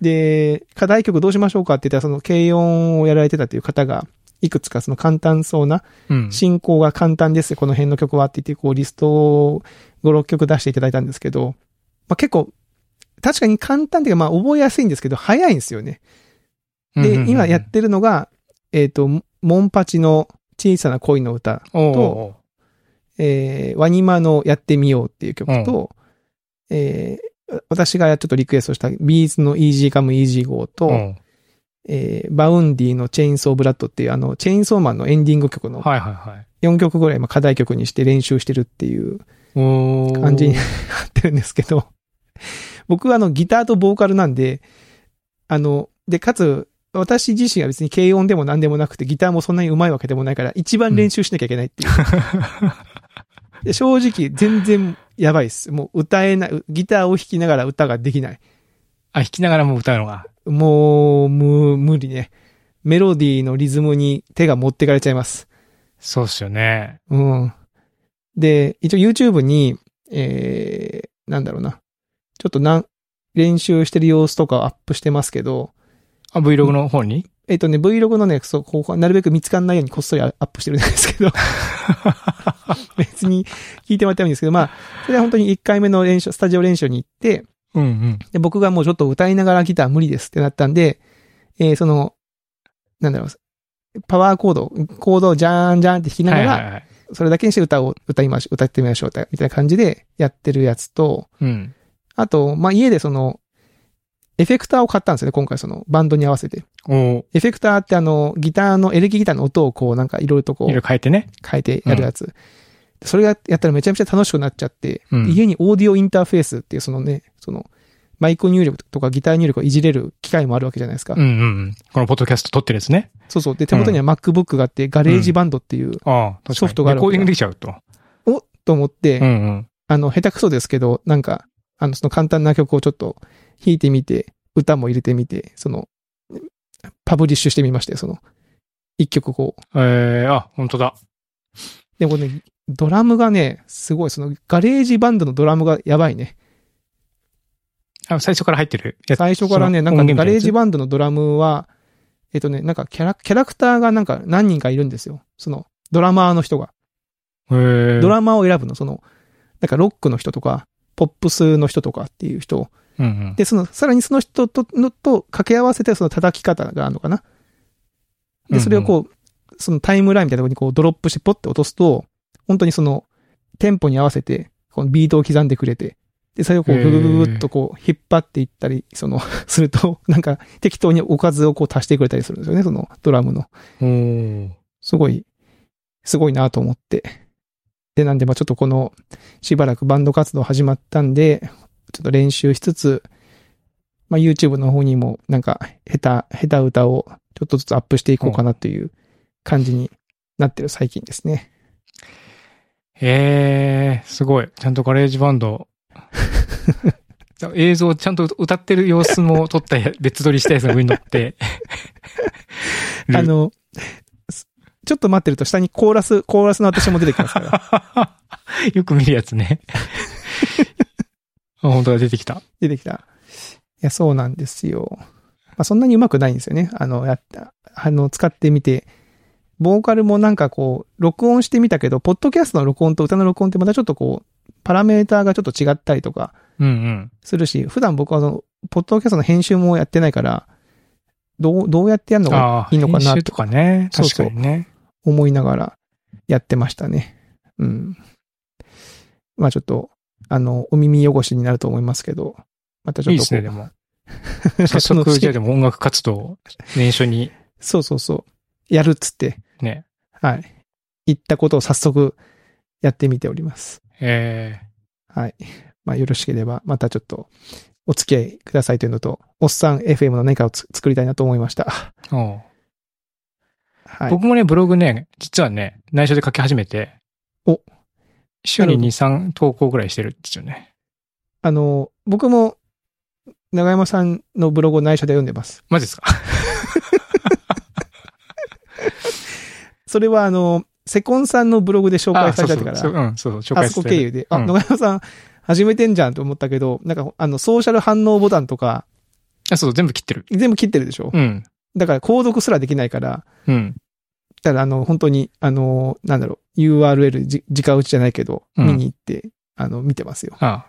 Speaker 2: で、課題曲どうしましょうかって言ったら、その、軽音をやられてたっていう方が、いくつかその簡単そうな
Speaker 1: うん。
Speaker 2: 進行が簡単ですよこの辺の曲はって言って、こう、リストを5、6曲出していただいたんですけど、まあ、結構、確かに簡単っていうか、まあ、覚えやすいんですけど、早いんですよね。で、
Speaker 1: うんうんうん
Speaker 2: 今やっ、てるのが、えっ、と、モンパチの小さな恋の歌、
Speaker 1: おう
Speaker 2: と
Speaker 1: おう
Speaker 2: えー、ワニマのやってみようっていう曲と、えー私がちょっとリクエストしたビーズの Easy Come Easy Go と、
Speaker 1: おう
Speaker 2: えーバウンディのチェインソーブラッドっていうあの、チェインソーマンのエンディング曲の
Speaker 1: はいはいはい。
Speaker 2: 4曲ぐらいまあ課題曲にして練習してるっていう
Speaker 1: おー
Speaker 2: 感じになってるんですけど、 僕はあのギターとボーカルなんで、あの、で、かつ、私自身は別に軽音でも何でもなくて、ギターもそんなに上手いわけでもないから、一番練習しなきゃいけないっていう。で正直、全然やばいっす。もう歌えない、ギターを弾きながら歌ができない。
Speaker 1: あ、弾きながらも歌うのが。
Speaker 2: もう、む、無理ね。メロディーのリズムに手が持ってかれちゃいます。
Speaker 1: そうっすよね。
Speaker 2: うん。で、一応 YouTube に、えー、なんだろうな。ちょっとなん、練習してる様子とかをアップしてますけど、
Speaker 1: あ、Vlog の方に、
Speaker 2: えっ、とね、Vlog のね、そう、こう、なるべく見つかんないようにこっそりアップしてるんですけど、 別に聞いてもらってもいいんですけど、まあ、それは本当に1回目の練習、スタジオ練習に行って、
Speaker 1: うん、うん
Speaker 2: で、僕がもうちょっと歌いながらギター無理ですってなったんで、えー、その、なんだろう、パワーコード、コードをジャーンジャーンって弾きながら、
Speaker 1: はいはいはい。
Speaker 2: それだけにして歌を歌いまし、歌ってみましょう、みたいな感じでやってるやつと、
Speaker 1: うん。
Speaker 2: あと、まあ、家でその、エフェクターを買ったんですよね、今回そのバンドに合わせて。
Speaker 1: おー
Speaker 2: エフェクターってあの、ギターの、エレキギターの音をこうなんかいろいろとこ
Speaker 1: いろいうろ変えてね。
Speaker 2: 変えてやるやつ。それやったらめちゃめちゃ楽しくなっちゃって、
Speaker 1: うん
Speaker 2: 家にオーディオインターフェースっていうそのね、その、マイク入力とかギター入力をいじれる機械もあるわけじゃないですか。
Speaker 1: うんうんうん。このポッドキャスト撮ってるやつね。
Speaker 2: そうそう。で、手元には MacBook があって、ガレージバンドっていう、
Speaker 1: ああ、確かに
Speaker 2: ソフトがある
Speaker 1: レコーディングできちゃうと。
Speaker 2: おっと思って、
Speaker 1: うんうん。
Speaker 2: あの、下手くそですけど、なんか、あの、その簡単な曲をちょっと弾いてみて、歌も入れてみて、その、パブリッシュしてみまして、その、一曲こう。
Speaker 1: えー、あ、本当だ。
Speaker 2: でもね、ドラムがね、すごい、その、ガレージバンドのドラムがやばいね。
Speaker 1: あ最初から入ってるやつ。
Speaker 2: 最初からね、
Speaker 1: そ
Speaker 2: な
Speaker 1: の
Speaker 2: んかね、
Speaker 1: 音源みたいな
Speaker 2: ガレ
Speaker 1: や
Speaker 2: ー
Speaker 1: つ
Speaker 2: ジバンドのドラムは、えっとね、なんかキャラ、キャラクターがなんか何人かいるんですよ。その、ドラマーの人が。
Speaker 1: えー、
Speaker 2: ドラマーを選ぶの、その、なんかロックの人とか、ポップスの人とかっていう人を
Speaker 1: うんうん。
Speaker 2: で、その、さらにその人と、のと掛け合わせてその叩き方があるのかな。で、それをこう、そのタイムラインみたいなところにこうドロップしてポッて落とすと、本当にその、テンポに合わせて、このビートを刻んでくれて、で、それをこう、
Speaker 1: へー
Speaker 2: ぐぐぐぐっとこう、引っ張っていったり、その、 すると、なんか、適当におかずをこう足してくれたりするんですよね、その、ドラムの。
Speaker 1: おー
Speaker 2: すごい、すごいなと思って。で、なんで、まあちょっとこの、しばらくバンド活動始まったんで、ちょっと練習しつつ、まあ YouTube の方にも、なんか、下手、下手歌をちょっとずつアップしていこうかなという感じになってる最近ですね。
Speaker 1: えー、すごい。ちゃんとガレージバン ド。映像、ちゃんと歌ってる様子も撮ったや別撮りしたやつが上に乗って。うん
Speaker 2: あの、すちょっと待ってると下にコーラス、コーラスの私も出てきますから。
Speaker 1: よく見るやつ ね。あ、本当だ、出てきた。
Speaker 2: 出てきた。いや、そうなんですよ。まあ、そんなにうまくないんですよね。あの、やった、あの、使ってみて、ボーカルもなんかこう、録音してみたけど、ポッドキャストの録音と歌の録音ってまたちょっとこう、パラメーターがちょっと違ったりとか
Speaker 1: うんうん。
Speaker 2: するし、普段僕はその、ポッドキャストの編集もやってないから、どう、どうやってやるのが
Speaker 1: ああ、
Speaker 2: いいのかな
Speaker 1: 編
Speaker 2: と
Speaker 1: 集とかね。
Speaker 2: そう
Speaker 1: 確
Speaker 2: そ
Speaker 1: か
Speaker 2: う
Speaker 1: にね。
Speaker 2: 思いながらやってましたね。うん。まあちょっと、あの、お耳汚しになると思いますけど、またちょ
Speaker 1: い
Speaker 2: っ
Speaker 1: い
Speaker 2: と
Speaker 1: ですね、
Speaker 2: こう。
Speaker 1: でも。 早速、じゃあでも音楽活動、年初に
Speaker 2: そうそうそう。やるっつって、
Speaker 1: ね。
Speaker 2: はい。言ったことを早速やってみております。
Speaker 1: え
Speaker 2: はい。まあよろしければ、またちょっとお付き合いくださいというのと、おっさん FM の何かをつ作りたいなと思いました。
Speaker 1: ーおう
Speaker 2: はい。
Speaker 1: 僕もね、ブログね、実はね、内緒で書き始めて。
Speaker 2: お
Speaker 1: 週
Speaker 2: な
Speaker 1: に
Speaker 2: るほど
Speaker 1: 2、3投稿ぐらいしてるんですよね。
Speaker 2: あの、僕も、長山さんのブログを内緒で読んでます。
Speaker 1: マジですか
Speaker 2: それはあの、セコンさんのブログで紹介
Speaker 1: あ
Speaker 2: さ
Speaker 1: そう
Speaker 2: れ
Speaker 1: そ
Speaker 2: た
Speaker 1: う
Speaker 2: ってか
Speaker 1: そ
Speaker 2: ら、
Speaker 1: ううん、そうそう、紹
Speaker 2: あ
Speaker 1: 介
Speaker 2: そこ
Speaker 1: さ
Speaker 2: 経
Speaker 1: れ
Speaker 2: 由
Speaker 1: る
Speaker 2: で。あ、
Speaker 1: うん
Speaker 2: 野山さん、始めてんじゃんと思ったけど、なんか、あの、ソーシャル反応ボタンとか、
Speaker 1: あ、そうそう、全部切ってる。
Speaker 2: 全部切ってるでしょ、
Speaker 1: うん。
Speaker 2: だから、購読すらできないから、
Speaker 1: うん。
Speaker 2: ただ、あの、本当に、あの、なんだろう、URL じ、直打ちじゃないけど、
Speaker 1: うん
Speaker 2: 見に行って、あの、見てますよ。
Speaker 1: あ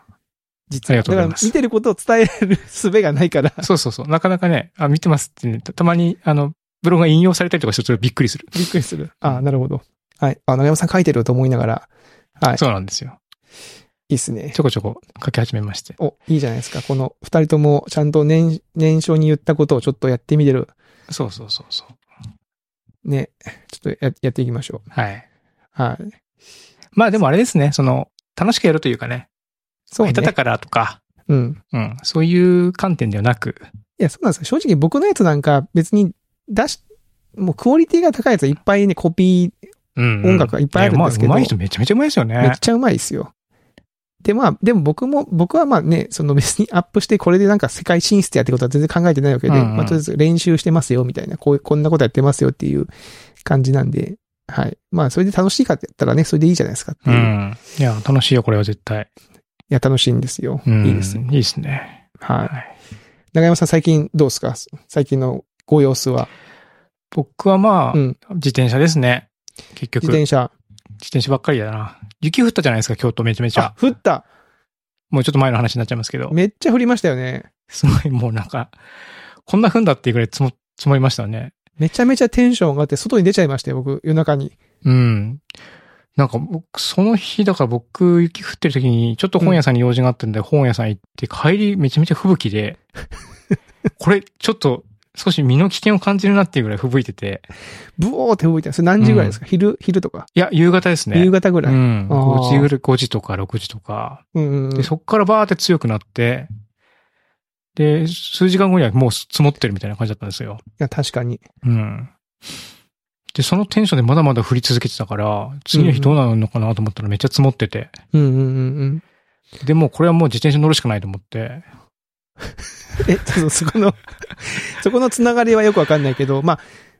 Speaker 1: あ
Speaker 2: 実は。
Speaker 1: りがとうございます
Speaker 2: だから、見てることを伝える術がない から、
Speaker 1: そうそうそう。なかなかね、あ、見てますってね、たたまに、あの、ブログが引用されたりとかして、ちょっとびっくりする。
Speaker 2: びっくりする。あ、なるほど。はい。あ、長山さん書いてると思いながら、はい。
Speaker 1: そうなんですよ。
Speaker 2: いいっすね。
Speaker 1: ちょこちょこ書き始めまして。
Speaker 2: お、いいじゃないですか。この二人ともちゃんと年、年少に言ったことをちょっとやってみてる。
Speaker 1: そうそうそうそう。
Speaker 2: ね。ちょっとややっていきましょう。
Speaker 1: はい。
Speaker 2: はい。
Speaker 1: まあでもあれですね、その、楽しくやるというかね、
Speaker 2: そうね。
Speaker 1: 下手だからとか、
Speaker 2: うん。
Speaker 1: うん、そういう観点ではなく、
Speaker 2: いや、そうなんですよ。正直僕のやつなんか別に出し、もうクオリティが高いやつはいっぱいね、コピー
Speaker 1: うん、
Speaker 2: 音楽がいっぱいあるんですけど
Speaker 1: いやまあ、上手い人めちゃめちゃ上手いですよ
Speaker 2: め
Speaker 1: ね
Speaker 2: っ。ちゃうまいですよ。で、まあ、でも僕も、僕はまあね、その別にアップしてこれでなんか世界進出やってことは全然考えてないわけ
Speaker 1: う
Speaker 2: で、
Speaker 1: んうん
Speaker 2: まあとりあえず練習してますよみたいな、こういう、こんなことやってますよっていう感じなんで、はい。まあそれで楽しいかってやったらね、それでいいじゃないですかって
Speaker 1: う
Speaker 2: いう。い
Speaker 1: ん。いや、楽しいよ、これは絶対。
Speaker 2: や、楽しいんですよ。
Speaker 1: うん、
Speaker 2: いいです
Speaker 1: ね
Speaker 2: ね。。
Speaker 1: いいですね。
Speaker 2: はい。
Speaker 1: はい
Speaker 2: 長山さん最近どうですか最近のご様子は。
Speaker 1: 僕はまあ、
Speaker 2: うん。
Speaker 1: 自転車ですね。結局、
Speaker 2: 自
Speaker 1: 自転
Speaker 2: 転車。
Speaker 1: 車ばっかりだな。雪降ったじゃないですか、京都めちゃめち
Speaker 2: あ
Speaker 1: ゃ、。
Speaker 2: 降った
Speaker 1: もうちょっと前の話になっちゃいますけど。
Speaker 2: めっちゃ降りましたよね。
Speaker 1: すごいもうなんか、こんな踏んだっていうぐらい積も、積もりましたね。
Speaker 2: めちゃめちゃテンション上がって、外に出ちゃいましたよ、僕、夜中に。
Speaker 1: うん。なんか僕、その日だから僕、雪降ってる時に、ちょっと本屋さんに用事があったんで、本屋さん行って、帰りめちゃめちゃ吹雪で、 これ、ちょっと、少し身の危険を感じるなっていうぐらい吹雪いてて、
Speaker 2: ブオーって吹いて、それ何時ぐらいですか、昼、昼とか、
Speaker 1: いや、夕方ですね。
Speaker 2: 夕方ぐら
Speaker 1: う
Speaker 2: い。
Speaker 1: ん。
Speaker 2: あー
Speaker 1: 5時ぐらい、5時とか6時とか。
Speaker 2: うん。うんうん
Speaker 1: で、そっからバーって強くなって、で、数時間後にはもう積もってるみたいな感じだったんですよ。
Speaker 2: いや確かに。
Speaker 1: うん。で、そのテンションでまだまだ降り続けてたから、次の日どうなるのかなと思ったらめっちゃ積もってて。
Speaker 2: うんうんうんうん。
Speaker 1: で、もうこれはもう自転車乗るしかないと思って。
Speaker 2: え、ちょっとそこの、 そこのつながりはよくわかんないけど、まあ、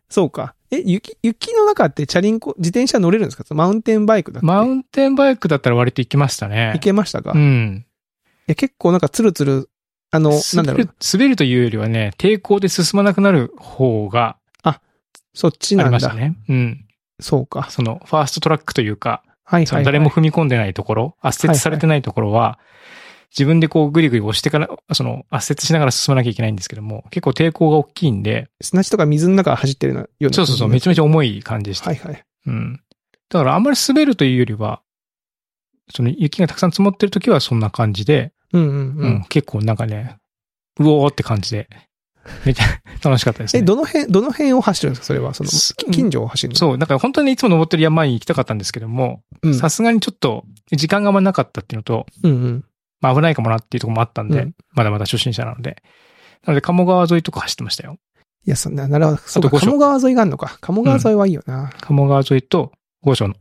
Speaker 2: そうか。え、雪、雪の中ってチャリンコ、自転車乗れるんですかマウンテンバイクだって。
Speaker 1: マウンテンバイクだったら割と行きましたね。
Speaker 2: 行けましたか、
Speaker 1: う
Speaker 2: い
Speaker 1: ん。
Speaker 2: や、結構なんかツルツル、あの、なん
Speaker 1: 滑
Speaker 2: だろう
Speaker 1: る。、滑るというよりはね、抵抗で進まなくなる方が
Speaker 2: そっち
Speaker 1: あ
Speaker 2: な
Speaker 1: り
Speaker 2: ん
Speaker 1: ました
Speaker 2: だ。
Speaker 1: ね。うん。
Speaker 2: そうか。
Speaker 1: その、ファーストトラックというか、
Speaker 2: はい
Speaker 1: そ
Speaker 2: は
Speaker 1: の
Speaker 2: い、
Speaker 1: 誰も踏み込んでないところ、圧雪されてないところは、自分でこうグリグリ押してから、その圧雪しながら進まなきゃいけないんですけども、結構抵抗が大きいんで、
Speaker 2: 砂地とか水の中走ってるような。
Speaker 1: そうそうそう、めちゃめちゃ重い感じでした。
Speaker 2: はいはい。
Speaker 1: うん。だからあんまり滑るというよりは、その雪がたくさん積もってる時はそんな感じで、
Speaker 2: うんうん
Speaker 1: う、
Speaker 2: うんん。
Speaker 1: 結構なんかね、うおーって感じで、めちゃ 楽しかったです
Speaker 2: え、
Speaker 1: ね。
Speaker 2: どの辺、どの辺を走るんですかそれは、その、
Speaker 1: す
Speaker 2: き近所を走るの
Speaker 1: そう、だから本当にいつも登ってる山に行きたかったんですけども、
Speaker 2: うん。
Speaker 1: さすがにちょっと時間があんまなかったっていうのと、
Speaker 2: うんうん。
Speaker 1: まあ危ないかもなっていうところもあったんで、
Speaker 2: うん
Speaker 1: まだまだ初心者なので。なので、鴨川沿いとか走ってましたよ。
Speaker 2: いや、そんな、なるほど。そうか、
Speaker 1: 五所
Speaker 2: 鴨川沿いがあるのか。鴨川沿いはいいよな。
Speaker 1: 鴨川沿いと、五所の。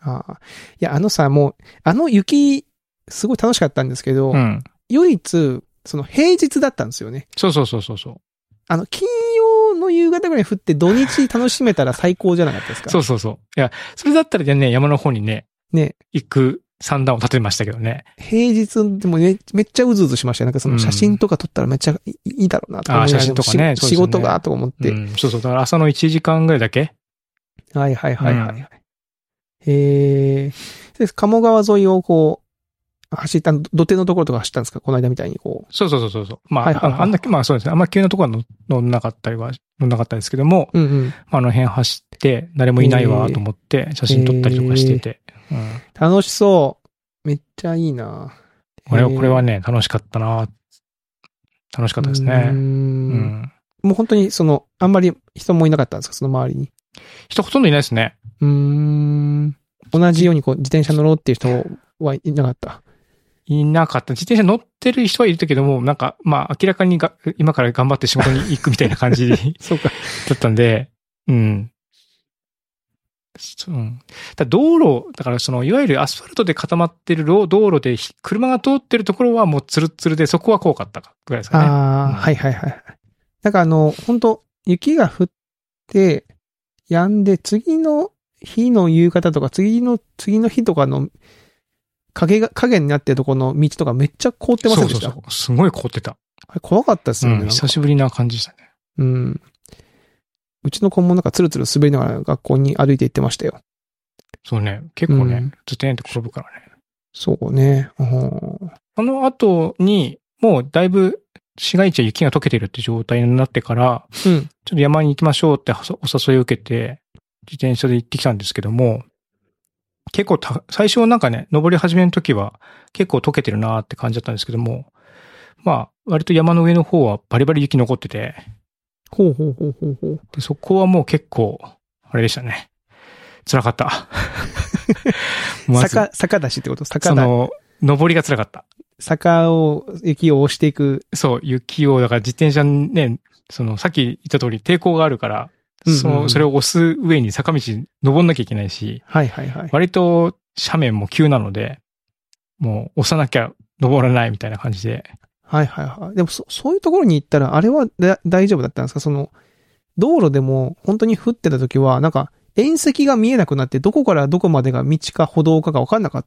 Speaker 2: ああ。いや、あのさ、もう、あの雪、すごい楽しかったんですけど、
Speaker 1: うん。
Speaker 2: 唯一、その平日だったんですよね。
Speaker 1: そうそうそうそうそう。
Speaker 2: あの、金曜の夕方ぐらいに降って土日楽しめたら最高じゃなかったですか
Speaker 1: そうそうそう。いや、それだったらね、山の方にね、
Speaker 2: ね。
Speaker 1: 行く三段を立てましたけどね。
Speaker 2: 平日でもね、めっちゃうずうずしましたよ。なんかその写真とか撮ったらめっちゃいいいいだろうなとか思いなが
Speaker 1: ああ写
Speaker 2: ら
Speaker 1: 真とかね
Speaker 2: でもし
Speaker 1: そうです
Speaker 2: 仕
Speaker 1: よね
Speaker 2: 事がとか思って、
Speaker 1: うん、そうそう。だから朝の1時間ぐらいだけ
Speaker 2: はいはいはいはいはい。へえ。で、鴨川沿いをこう、走った、土手のところとか走ったんですかこの間みたいにこ
Speaker 1: そうそうそうそうそう。まあ、
Speaker 2: はいはいはい
Speaker 1: あのあんだけ、まあそうですね。あんま急なところは乗んなかったりは、乗んなかったですけども、
Speaker 2: う。うんうん。
Speaker 1: まあ、あの辺走って、誰もいないわと思って、写真撮ったりとかしてて。うん
Speaker 2: 楽しそう。めっちゃいいな
Speaker 1: これは、これは
Speaker 2: ね、
Speaker 1: ね、楽しかったな楽しかったです
Speaker 2: うー。
Speaker 1: ね。うんん。
Speaker 2: もう本当にその、あんまり人もいなかったんですかその周りに。
Speaker 1: 人ほとんどいないですね。
Speaker 2: うーん。同じようにこう、自転車乗ろうっていう人はいなかった。
Speaker 1: いなかった。自転車乗ってる人はいるけども、なんか、まあ、明らかにが、今から頑張って仕事に行くみたいな感じだ
Speaker 2: そうか。
Speaker 1: ったんで、うん。そううんだ道路、だからその、いわゆるアスファルトで固まってる道道路でひ、車が通ってるところはもうツルッツルで、そこは怖かったか、ぐらいですかね。
Speaker 2: ああ、
Speaker 1: うん
Speaker 2: はいはいはい。なんかあの、本当雪が降って、止んで、次の日の夕方とか、次の、次の日とかの、影が、影になってるところの道とかめっちゃ凍ってませ
Speaker 1: そ
Speaker 2: ん
Speaker 1: う
Speaker 2: で
Speaker 1: そう
Speaker 2: した。
Speaker 1: そう。すごい凍ってた。
Speaker 2: あれ怖かったです
Speaker 1: う
Speaker 2: よね。
Speaker 1: ん。久しぶりな感じでしたね。
Speaker 2: ううん。うちの子もなんかつるつる滑りながら学校に歩いて行ってましたよ。
Speaker 1: そうね。結構ね、
Speaker 2: うん
Speaker 1: ずっとやって転ぶからね。
Speaker 2: そうね。うん
Speaker 1: その後に、もうだいぶ市街地は雪が溶けてるって状態になってから、
Speaker 2: う
Speaker 1: ちょ
Speaker 2: ん。
Speaker 1: っと山に行きましょうってお誘いを受けて、自転車で行ってきたんですけども、結構た、最初なんかね、登り始めの時は結構溶けてるなーって感じだったんですけども、まあ、割と山の上の方はバリバリ雪残ってて、
Speaker 2: ほうほうほうほうほう。
Speaker 1: で、そこはもう結構、あれでしたね。辛か った。まず
Speaker 2: 坂、坂出しってこと
Speaker 1: そ
Speaker 2: 坂だ。
Speaker 1: の、登りが辛かった。
Speaker 2: 坂を、雪を押していく。
Speaker 1: そう、雪を、だから自転車ね、その、さっき言った通り抵抗があるから、
Speaker 2: うんうんうん
Speaker 1: その、それを押す上に坂道登んなきゃいけないし、
Speaker 2: はいはいはい。
Speaker 1: 割と斜面も急なので、もう押さなきゃ登らないみたいな感じで。
Speaker 2: はいはいはい。でもそ、そういうところに行ったら、あれはだ大丈夫だったんですかその、道路でも本当に降ってた時は、なんか、縁石が見えなくなって、どこからどこまでが道か歩道かが分かんなかっ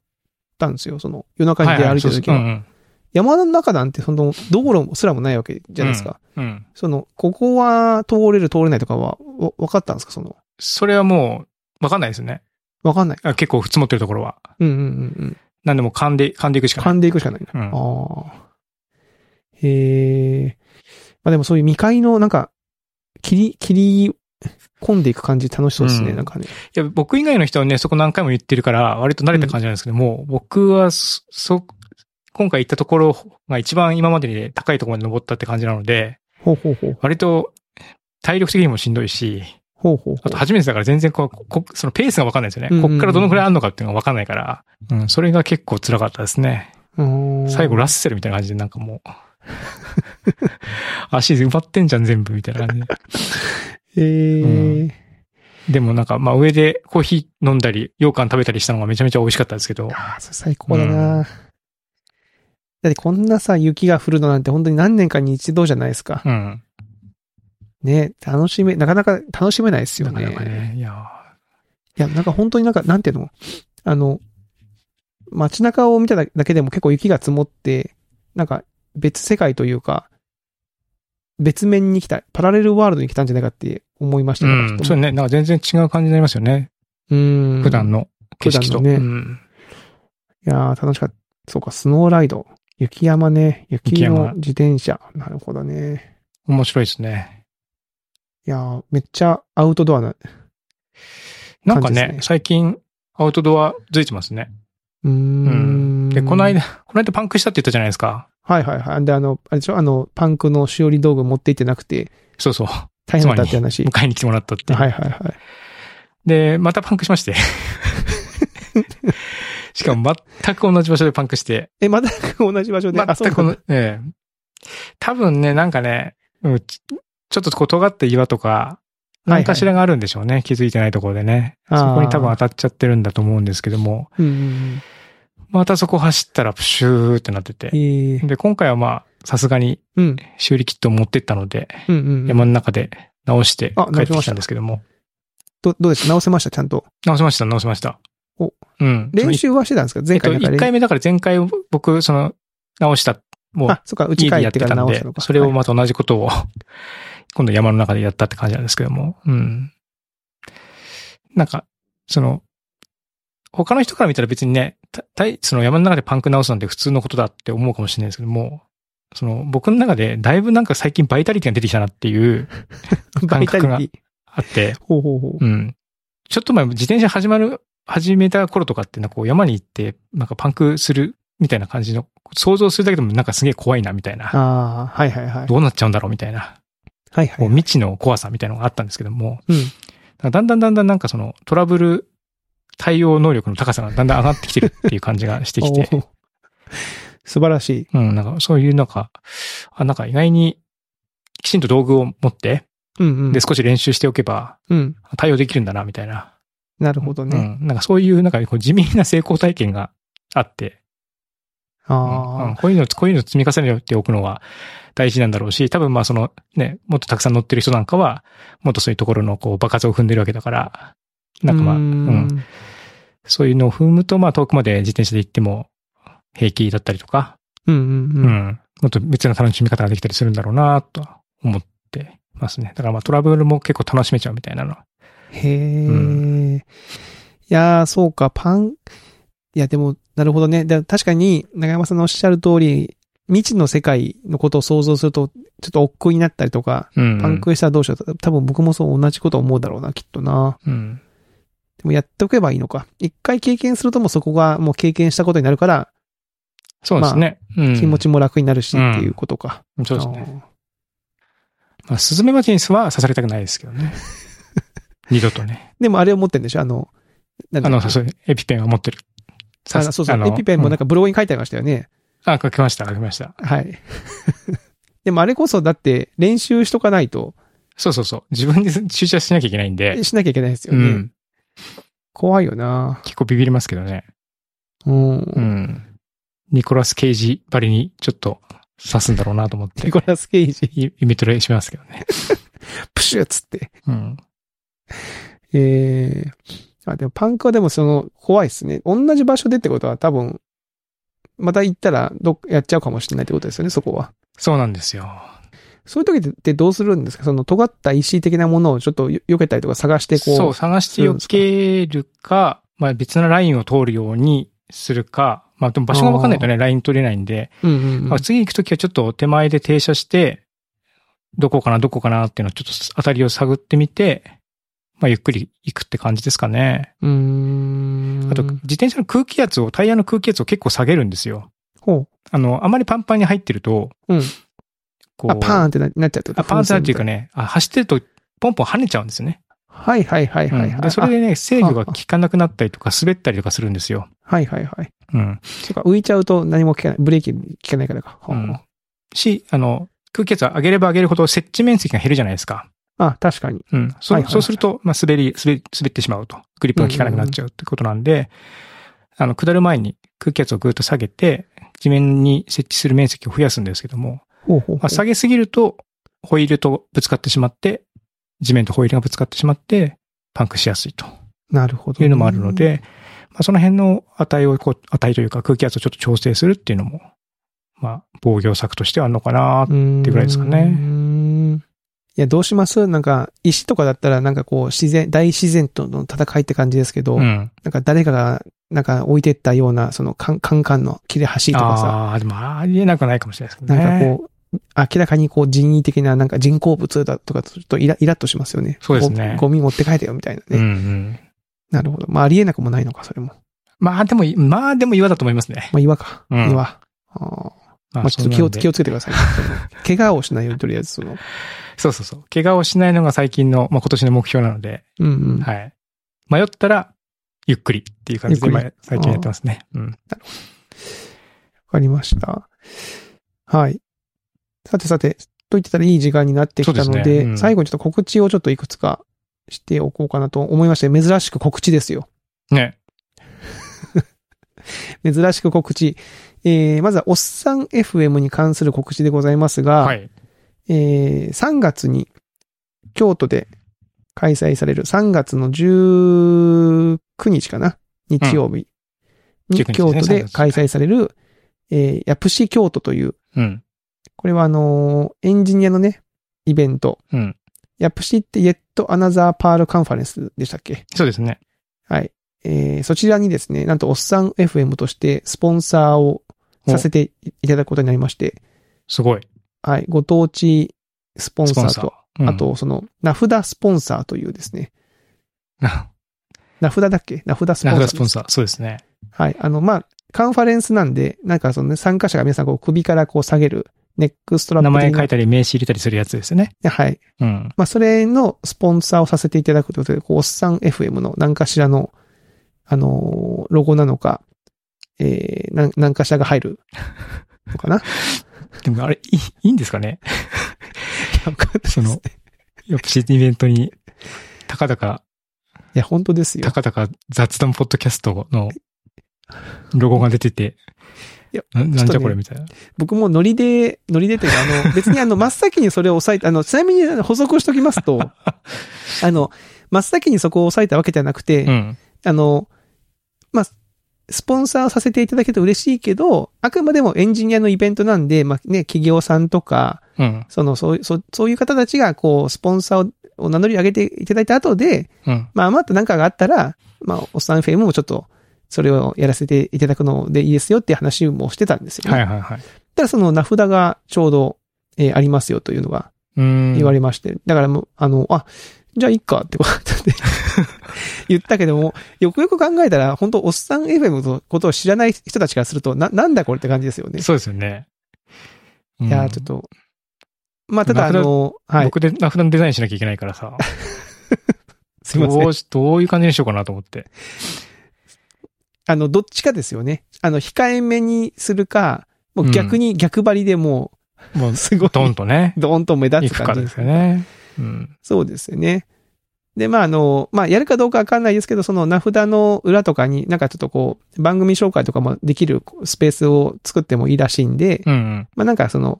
Speaker 2: たんですよ。その、夜中に出歩いてる時は。
Speaker 1: はいはい
Speaker 2: 山の中なんて、その、道路すらもないわけじゃないですか。。
Speaker 1: そうそううんうんうん。
Speaker 2: その、ここは通れる通れないとかは、わ分かったんですかその、
Speaker 1: それはもう、わかんないですね。
Speaker 2: 分かんない。
Speaker 1: あ結構積もってるところは。
Speaker 2: うんうんうんうん。
Speaker 1: なんでもう噛んで、噛んでいくしかな
Speaker 2: 噛
Speaker 1: い。
Speaker 2: んでいくしかない。
Speaker 1: うん
Speaker 2: ああ。へえ。まあでもそういう未開の、なんか、切り、切り込んでいく感じ楽しそうですね、
Speaker 1: うん
Speaker 2: なんかね。
Speaker 1: いや、僕以外の人はね、そこ何回も言ってるから、割と慣れた感じなんですけども、僕はそ、そ、今回行ったところが一番今までで高いところまで登ったって感じなので、
Speaker 2: ほうほうほう。
Speaker 1: 割と体力的にもしんどいし、
Speaker 2: ほうほうほ
Speaker 1: あ
Speaker 2: う
Speaker 1: と。初めてだから全然こう、こそのペースがわかんないですよね。
Speaker 2: うんうんうん
Speaker 1: こっからどのくらいあるのかっていうのがわかんないから、うん、それが結構辛かったですね。
Speaker 2: うーん
Speaker 1: 最後ラッセルみたいな感じでなんかもう、 足埋まってんじゃん全部みたいな感じで。
Speaker 2: へえ、
Speaker 1: うんでもなんか、まあ上でコーヒー飲んだり、羊羹食べたりしたのがめちゃめちゃ美味しかったですけど、
Speaker 2: ああ、それ最高だな、
Speaker 1: う
Speaker 2: だってこんなさ、雪が降るのなんて本当に何年かに一度じゃないですか。
Speaker 1: うん。
Speaker 2: ね、楽しめ、なかなか楽しめないですよ
Speaker 1: なか
Speaker 2: ね。
Speaker 1: なかね。いや
Speaker 2: いや、なんか本当になんか、なんていうのあの、街中を見ただけでも結構雪が積もって、なんか別世界というか、別面に来た、パラレルワールドに来たんじゃないかって思いまし
Speaker 1: ー
Speaker 2: た
Speaker 1: うん、そうね。なんか全然違う感じになりますよね。
Speaker 2: うん。
Speaker 1: 普段。の景色と。
Speaker 2: 普段のね
Speaker 1: うん
Speaker 2: いやー楽しかった。そうか、スノーライド。雪山ね。雪
Speaker 1: 雪
Speaker 2: の
Speaker 1: 山
Speaker 2: 自転車。なるほどね。
Speaker 1: 面白いですね。
Speaker 2: いやーめっちゃアウトドアな。
Speaker 1: なんか
Speaker 2: 感じで
Speaker 1: ね
Speaker 2: すね
Speaker 1: 最近、アウトドアづいてますね。
Speaker 2: うーん。
Speaker 1: で、この。間、この間パンクしたって言ったじゃないですか。
Speaker 2: はいはいはい。で、あの、あれでしょあの、パンクのしおり道具持って行ってなくて、
Speaker 1: そうそう。
Speaker 2: 大変だったって話。
Speaker 1: 迎えに来てもらったって。
Speaker 2: はいはいはい。
Speaker 1: で、またパンクしま して。しかも全く同じ場所でパンクして。
Speaker 2: え、また同じ場所で。あそ
Speaker 1: 全
Speaker 2: う
Speaker 1: く
Speaker 2: な
Speaker 1: こ
Speaker 2: ん
Speaker 1: の
Speaker 2: だ、
Speaker 1: ええ。多分ね、なんかね、うんちちょっとこう尖った岩とか、何かしらがあるんでしょうね。気づいてないところでね。
Speaker 2: あ
Speaker 1: そ
Speaker 2: ー
Speaker 1: こに多分当たっちゃってるんだと思うんですけども、
Speaker 2: うんうん
Speaker 1: またそこ走ったらプシューってなって
Speaker 2: うん。
Speaker 1: て。
Speaker 2: ええ
Speaker 1: で、今回はまあ、さすがに
Speaker 2: うん。
Speaker 1: 修理キットを持ってったので、
Speaker 2: うんうんうん。
Speaker 1: 山の中で直して
Speaker 2: あ
Speaker 1: 帰
Speaker 2: 直
Speaker 1: っ
Speaker 2: してま
Speaker 1: き
Speaker 2: し
Speaker 1: た
Speaker 2: た
Speaker 1: んですけども。
Speaker 2: どどうです直せましたちゃんと。
Speaker 1: 直しました、直しました。
Speaker 2: お
Speaker 1: うん。
Speaker 2: 練習はしてたんですか
Speaker 1: えっ
Speaker 2: 前
Speaker 1: と、
Speaker 2: 回の中
Speaker 1: 1
Speaker 2: で。
Speaker 1: 回目だから前回僕、その、直した、もう
Speaker 2: あ、そっか、うち
Speaker 1: 家
Speaker 2: 帰
Speaker 1: でや
Speaker 2: っ
Speaker 1: ってて
Speaker 2: か
Speaker 1: た
Speaker 2: ら
Speaker 1: ん
Speaker 2: 直し
Speaker 1: で
Speaker 2: たの、か。
Speaker 1: それを
Speaker 2: はい
Speaker 1: また同じことを、今度山の中でやったって感じなんですけども。うん。なんか、その、他の人から見たら別にね、た大その山の中でパンク直すなんて普通のことだって思うかもしれないですけども、その僕の中でだいぶなんか最近バイタリティが出てきたなっていう
Speaker 2: バイ
Speaker 1: 感覚
Speaker 2: タリティ。
Speaker 1: あって、
Speaker 2: ほうほうほう。
Speaker 1: うん。ちょっと前、自転車始まる、始めた頃とかって、なんかこう山に行って、なんかパンクするみたいな感じの、想像するだけでもなんかすげえ怖いなみたいな、
Speaker 2: ああ、はいはいはい。
Speaker 1: どうなっちゃうんだろうみたいな、
Speaker 2: はいは
Speaker 1: こう
Speaker 2: い。
Speaker 1: 未知の怖さみたいなのがあったんですけども、
Speaker 2: うん
Speaker 1: だんだんだんだんなんかそのトラブル対応能力の高さがだんだん上がってきてるっていう感じがしてきて、
Speaker 2: おー素晴らしい。
Speaker 1: うん、なんかそういうなんか、あ、なんか意外にきちんと道具を持って、
Speaker 2: うんうん。
Speaker 1: で少し練習しておけば
Speaker 2: うん。
Speaker 1: 対応できるんだなみたいな
Speaker 2: なるほどね。
Speaker 1: うん。なんかそういう、なんかこう地味な成功体験があって、うんう
Speaker 2: あ
Speaker 1: んこういうの、こういうの積み重ねておくのは大事なんだろうし、多分まあそのね、もっとたくさん乗ってる人なんかは、もっとそういうところのこう爆発を踏んでるわけだから、
Speaker 2: あ。
Speaker 1: なんかまあ、
Speaker 2: うー
Speaker 1: うん、
Speaker 2: ん
Speaker 1: そういうのを踏むと、まあ遠くまで自転車で行っても平気だったりとか、
Speaker 2: うんう
Speaker 1: うんん、
Speaker 2: うん。
Speaker 1: もっと別の楽しみ方ができたりするんだろうなと思ってますね。だからまあトラブルも結構楽しめちゃうみたいなの。
Speaker 2: へえ、
Speaker 1: う
Speaker 2: いやー、そうか、パン、いや、でも、なるほどね。だ確かに、長山さんのおっしゃる通り、未知の世界のことを想像すると、ちょっと億劫になったりとか、
Speaker 1: うん、
Speaker 2: パンクしたらどうしようと、多分僕もそう同じこと思うだろうな、きっとな。
Speaker 1: うん。
Speaker 2: でもやっておけばいいのか。一回経験するともうそこがもう経験したことになるから、
Speaker 1: そうですね。うん
Speaker 2: 気持ちも楽になるし、
Speaker 1: うん
Speaker 2: っていうことか。
Speaker 1: そうですね。
Speaker 2: あー
Speaker 1: まあ、スズメバチには刺されたくないですけど ね。二度とね。
Speaker 2: でもあれを持ってるんでしょあの、なん
Speaker 1: あ
Speaker 2: だっ
Speaker 1: の、
Speaker 2: け
Speaker 1: そうエピペンは持ってる。
Speaker 2: あそうそう。エピペンもなん
Speaker 1: か、
Speaker 2: かブログに書いてありましたよね。
Speaker 1: うんあ、書きました、書きました。
Speaker 2: はい。 でもあれこそだって練習しとかないと
Speaker 1: そうそうそう。自分で注射しなきゃいけないんで。
Speaker 2: しなきゃいけないですよ
Speaker 1: う
Speaker 2: ね。
Speaker 1: ん。
Speaker 2: 怖いよな
Speaker 1: 結構ビビりますけどね。
Speaker 2: うん。
Speaker 1: うん。ニコラス・ケイジばりにちょっと刺すんだろうなと思って
Speaker 2: ニ。コラス・ケイジ、
Speaker 1: イイメトレしますけどね。
Speaker 2: プシュッつって。
Speaker 1: うん。
Speaker 2: ええあ、でもパンクはでもその、怖いですね。同じ場所でってことは多分、また行ったらどっ、やっちゃうかもしれないってことですよね、そこは。
Speaker 1: そうなんですよ。
Speaker 2: そういう時ってどうするんですかその、尖った石的なものをちょっとよ避けたりとか探してこう。
Speaker 1: そう、探して避けるか、まあ別のラインを通るようにするか、まあでも場所がわかんないとね、ライン取れないんで、
Speaker 2: う。うんうん、うん。
Speaker 1: まあ次行くときはちょっと手前で停車して、どこかな、どこかなっていうのをちょっと当たりを探ってみて、まあゆっくり行くって感じですかね。
Speaker 2: うーん。
Speaker 1: あと、自転車の空気圧を、タイヤの空気圧を結構下げるんですよ。
Speaker 2: ほ
Speaker 1: あの、あまりパンパンに入ってると、
Speaker 2: う。うん。
Speaker 1: こう、
Speaker 2: あ、パーンってななっちゃうってこと
Speaker 1: あパンっていうかね、あ走ってるとポンポン跳ねちゃうんですよね。
Speaker 2: はいはいはいはい、
Speaker 1: う
Speaker 2: は
Speaker 1: ん
Speaker 2: い
Speaker 1: で、それでね、制御が効かなくなったりとか、滑ったりとかするんですよ。
Speaker 2: はいはいはい。
Speaker 1: うん。
Speaker 2: そうか、浮いちゃうと何も効かない。ブレーキ効かないからか。
Speaker 1: う
Speaker 2: は
Speaker 1: んし、あの、空気圧を上げれば上げるほど、接地面積が減るじゃないですか。
Speaker 2: あ、あ確かに。
Speaker 1: うん。そ
Speaker 2: はいうはい
Speaker 1: そうすると、まあ、滑り、滑り、滑ってしまうと。グリップが効かなくなっちゃうってことなんで、あの、下る前に空気圧をぐーっと下げて、地面に設置する面積を増やすんですけども、
Speaker 2: ほうほうほう。
Speaker 1: まあ、下げすぎると、ホイールとぶつかってしまって、地面とホイールがぶつかってしまって、パンクしやすいと
Speaker 2: なるほど。
Speaker 1: いうのもあるの。で、まあ、その辺の値をこう、値というか空気圧をちょっと調整するっていうのも、まあ、防御策としてはあるのかな
Speaker 2: うーん。
Speaker 1: ってぐらいですかね
Speaker 2: うーん。いや、どうしますなんか、石とかだったら、なんかこう、自然、大自然との戦いって感じですけど、
Speaker 1: うん。
Speaker 2: なんか誰かが、なんか置いてったような、その、カンカンカンの切れ端とかさ、
Speaker 1: ああー、でもありえなくはないかもしれないですけど
Speaker 2: な
Speaker 1: ね。
Speaker 2: んかこう、明らかにこう人為的な、なんか人工物だとかと、ちょっとイライラッとしますよね。
Speaker 1: そうですね
Speaker 2: ゴゴミ持って帰ってよみたいなね。
Speaker 1: うんうん。
Speaker 2: なるほど。まあ、ありえなくもないのか、それも。
Speaker 1: まあでも、まあでも岩だと思いますね。
Speaker 2: まあ、岩か。
Speaker 1: うん
Speaker 2: 岩。ああ。
Speaker 1: ま
Speaker 2: まあ、ちょっと気を、気
Speaker 1: を。
Speaker 2: をつけてくださいね。 その怪我をしないように、とりあえず、その。
Speaker 1: そうそうそう。怪我をしないのが最近の、まあ今年の目標なので、
Speaker 2: うんうん。
Speaker 1: はい。迷ったら、ゆっくりっていう感じで、
Speaker 2: ゆっく
Speaker 1: ま
Speaker 2: り
Speaker 1: あ最近やってますね。うん。
Speaker 2: わかりました。はい。さてさて、と言ってたらいい時間になってきた
Speaker 1: そ
Speaker 2: の
Speaker 1: うで
Speaker 2: で、
Speaker 1: すねうん
Speaker 2: 最後にちょっと告知をちょっといくつかしておこうかなと思いまして、珍しく告知ですよ。
Speaker 1: ね。
Speaker 2: 珍しく告知。えー、まずは、おっさん FM に関する告知でございますが、
Speaker 1: はい。
Speaker 2: えー3月に京都で開催される3月の19日かな日曜日
Speaker 1: 19日
Speaker 2: に
Speaker 1: ですね
Speaker 2: 京都
Speaker 1: 3
Speaker 2: で
Speaker 1: 月
Speaker 2: 開催される、えーヤプシ京都という、
Speaker 1: うん。
Speaker 2: これはあのーエンジニアのね、イベント
Speaker 1: うん。
Speaker 2: ヤプシって Yet Another Pearl Conference でしたっけ
Speaker 1: そうですね。
Speaker 2: はい。えー、そちらにですね、なんとおっさん FM としてスポンサーをさせていただくことになりまして、
Speaker 1: すごい。
Speaker 2: はい。ご当地スポン
Speaker 1: ス
Speaker 2: サ
Speaker 1: ポン
Speaker 2: ー
Speaker 1: サー
Speaker 2: と、。あ、 と、その、名札スポンサーというですね、
Speaker 1: うん、
Speaker 2: 名札だっけ名札スポ
Speaker 1: 名
Speaker 2: ンサーで
Speaker 1: 札
Speaker 2: す。
Speaker 1: スポンサー。そうですね。
Speaker 2: はい。あの、まあ、カンファレンスなんで、なんかその、ね、参加者が皆さんこう首からこう下げる、ネックストラッ
Speaker 1: 名
Speaker 2: プ
Speaker 1: 前書い
Speaker 2: い
Speaker 1: たり名刺入れたりするやつですよね。
Speaker 2: て。はい。
Speaker 1: うん。
Speaker 2: まあ、それのスポンサーをさせていただくということで、こう、おっさん FM の何かしらの、あのーロゴなのか、えー、なん何かしらが入るの かな
Speaker 1: でもあれ、いいいいんですかねその
Speaker 2: い、
Speaker 1: ヨプシイベントに、たかだか、
Speaker 2: や、本当ですよ
Speaker 1: た。かだか雑談ポッドキャストのロゴが出てて
Speaker 2: いや、
Speaker 1: ななんじ
Speaker 2: ちょ
Speaker 1: ゃ
Speaker 2: っとね
Speaker 1: これみたいな。
Speaker 2: 僕もノリで、ノリでというか、 あの、別にあの、真っ先にそれを押さえて、あの、ちなみにあの補足をしときますと、 あの、真っ先にそこを押さえたわけじゃなくて、
Speaker 1: うん。
Speaker 2: あの、まあ、スポンサーをさせていただけると嬉しいけど、あくまでもエンジニアのイベントなんで、まあね、企業さんとか、
Speaker 1: うん。
Speaker 2: その、そうそうそういう方たちが、こう、スポンサーをを名乗り上げていただいた後で、
Speaker 1: うん。
Speaker 2: まあ、余ったなんかがあったら、まあ、おっさんフェムもちょっと、それをやらせていただくのでいいですよっていう話もしてたんですよ、ね。
Speaker 1: はいはいはい。
Speaker 2: ただその名札がちょうど、えーありますよというのが
Speaker 1: うん。
Speaker 2: 言われまして、だからもう、あの、あ、じゃあいっかってこと で言ったけども、よくよく考えたら、本当おっさん FM のことを知らない人たちからすると、な、なんだこれって感じですよね。
Speaker 1: そうですよね。
Speaker 2: い
Speaker 1: い
Speaker 2: やー、ちょっと。まあ、ただあ
Speaker 1: 名札
Speaker 2: の、はい。
Speaker 1: 僕で名札のデザインしなきゃいけないからさ。
Speaker 2: すいませ
Speaker 1: ど
Speaker 2: ん。
Speaker 1: うしどういう感じにしようかなと思って。
Speaker 2: あの、どっちかですよね。あの、控えめにするか、もう逆に、逆張りでも
Speaker 1: もう
Speaker 2: う、、すごい、
Speaker 1: ドンとね、
Speaker 2: ドンと目立
Speaker 1: 行
Speaker 2: つ
Speaker 1: くか
Speaker 2: 感じ
Speaker 1: ですよね。うん。
Speaker 2: そうですよね。で、まあ、あの、まあ、やるかどうかわかんないですけど、その名札の裏とかになんかちょっとこう、番組紹介とかもできるスペースを作ってもいいらしいんで、
Speaker 1: うんうん。
Speaker 2: まあ、なんかその、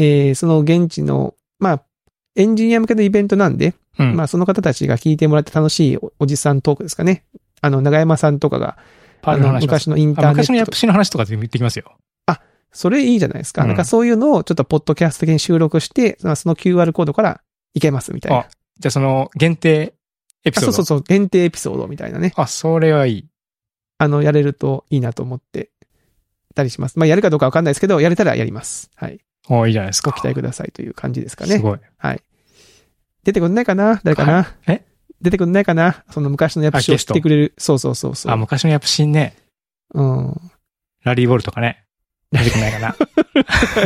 Speaker 2: えーその現地の、まあ、エンジニア向けのイベントなんで、
Speaker 1: うん。
Speaker 2: まあ、その方たちが聞いてもらって楽しいおおじさんトークですかね。あの、長山さんとかが、
Speaker 1: パー
Speaker 2: あ
Speaker 1: ルの
Speaker 2: の、
Speaker 1: 話とか
Speaker 2: 昔のインタ
Speaker 1: あ
Speaker 2: ーネッ
Speaker 1: 昔
Speaker 2: ト
Speaker 1: のヤ
Speaker 2: と
Speaker 1: プ
Speaker 2: か
Speaker 1: シの話とかで言ってきますよ。
Speaker 2: それいいじゃないですか。
Speaker 1: うん
Speaker 2: なんかそういうのをちょっとポッドキャスト的に収録して、まあその QR コードからいけますみたいな。
Speaker 1: あじゃあその限定エピ
Speaker 2: あ
Speaker 1: ソード。
Speaker 2: そうそうそう、限定エピソードみたいなね。
Speaker 1: あ、それはいい。
Speaker 2: あの、やれるといいなと思ってたりします。まあ、やるかどうかわかんないですけど、やれたらやります。はい。
Speaker 1: おいいじゃないです
Speaker 2: ご
Speaker 1: か。
Speaker 2: 期待くださいという感じですか
Speaker 1: す
Speaker 2: ね。
Speaker 1: ごい。
Speaker 2: 出てくんないかな誰かな、
Speaker 1: え
Speaker 2: 出てくんないかなその昔のやっぱし
Speaker 1: あ
Speaker 2: を
Speaker 1: ゲ
Speaker 2: 知
Speaker 1: ス
Speaker 2: っ
Speaker 1: ト
Speaker 2: てくれる。そうそうそうそ
Speaker 1: あ、
Speaker 2: う。
Speaker 1: 昔のヤプシね、
Speaker 2: うん。
Speaker 1: ラリーボールとか ね。出てこないかな。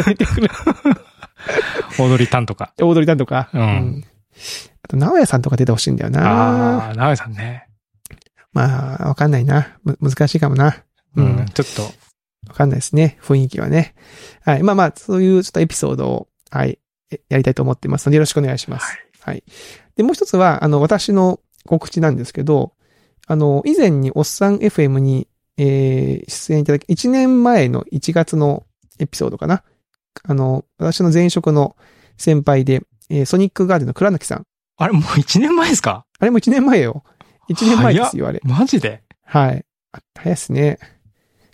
Speaker 2: 出てくる。
Speaker 1: 踊りタンとか。
Speaker 2: 踊りだとか。
Speaker 1: うん
Speaker 2: あと、直屋さんとか出てほしいんだよな。
Speaker 1: ああー、ナオさんね。
Speaker 2: まあ、わかんないな。む難しいかもな。
Speaker 1: う
Speaker 2: うん
Speaker 1: ん。ちょっと、
Speaker 2: わかんないですね。雰囲気はね。はい。まあまあ、そういうちょっとエピソードを、はい、えやりたいと思ってますので、よろしくお願いします。はい。で、もう一つは、あの、私の告知なんですけど、あの、以前におっさん FM に、えー、出演いただき、1年前の1月のエピソードかな。あの、私の前職の先輩で、えーソニックガーデンの倉貫さん。
Speaker 1: あれ、もう1年前ですか
Speaker 2: あれも1年前よ。1年前ですよ、あれ。
Speaker 1: マジで
Speaker 2: はい。あ早いですね。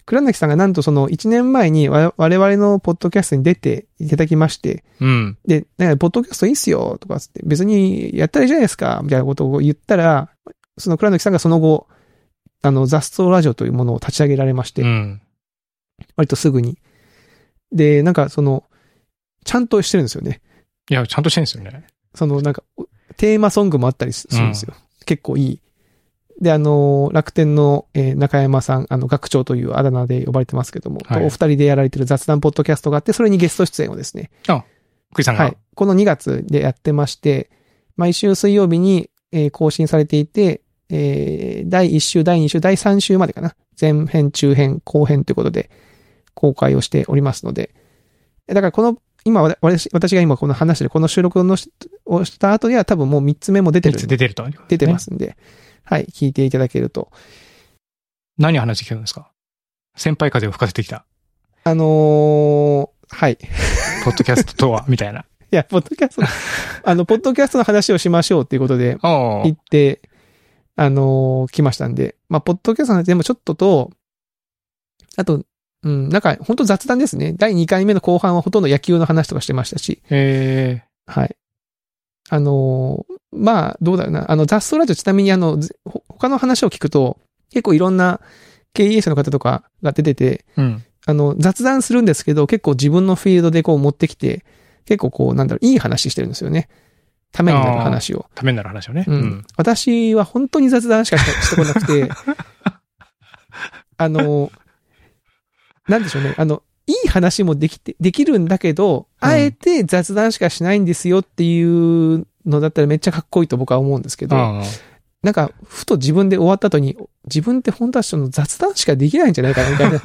Speaker 2: 倉貫さんがなんとその1年前にわ我々のポッドキャストに出ていただきまして、
Speaker 1: うん。
Speaker 2: で、なんかポッドキャストいいっすよとかつって、別にやったらいいじゃないですか、みたいなことを言ったら、その倉貫さんがその後、あの、雑草ラジオというものを立ち上げられまして、
Speaker 1: うん。
Speaker 2: 割とすぐに。で、なんかその、ちゃんとしてるんですよね。
Speaker 1: いや、ちゃんとしてるんですよね。
Speaker 2: そのなんか、テーマソングもあったりするんですよ。結構いい。で、あの、楽天の、えー中山さん、あの、学長というあだ名で呼ばれてますけども、
Speaker 1: はい
Speaker 2: お二人でやられてる雑談ポッドキャストがあって、それにゲスト出演をですね、
Speaker 1: クイさんが。
Speaker 2: はい。この2月でやってまして、毎週水曜日に、えー更新されていて、えー第1週、第2週、第3週までかな。前編、中編、後編ということで、公開をしておりますので。えだからこの、今、わた私、私が今この話してる、この収録のしをした後には多分もう3つ目も出て
Speaker 1: い
Speaker 2: るん
Speaker 1: つ
Speaker 2: で、
Speaker 1: 出てると。。
Speaker 2: 出てますすんで、はい、聞いていただけると。
Speaker 1: 何話聞くんですか先輩風を吹かせてきた。
Speaker 2: あのーはい。
Speaker 1: ポッドキャストとは、みたい な。
Speaker 2: いや、ポッドキャ ストの、あの、ポッドキャストの話をしましょうっていうことで、
Speaker 1: おー
Speaker 2: 行って、あのー来ましたんで。まあ、ポッドキャストの話でもちょっとと、あと、うん、なんか、本当雑談ですね。第2回目の後半はほとんど野球の話とかしてましたし、
Speaker 1: え
Speaker 2: はい。あのーまあ、どうだろうな。あの、雑草ラジオちなみにあの、ずほ他の話を聞くと、結構いろんな経営者の方とかが出てて、
Speaker 1: うん。
Speaker 2: あの、雑談するんですけど、結構自分のフィールドでこう持ってきて、結構こう、なんだろう、いい話してるんですよね。ためになる話を。
Speaker 1: ためになる話をね。
Speaker 2: うん。。私は本当に雑談しかしてしてこなくて、あの、なんでしょうね。あの、いい話もできて、できるんだけど、
Speaker 1: うん
Speaker 2: あえて雑談しかしないんですよっていうのだったらめっちゃかっこいいと僕は思うんですけど、
Speaker 1: ああ。
Speaker 2: なんか、ふと自分で終わった後に、自分って本当はその雑談しかできないんじゃないかな、みたいな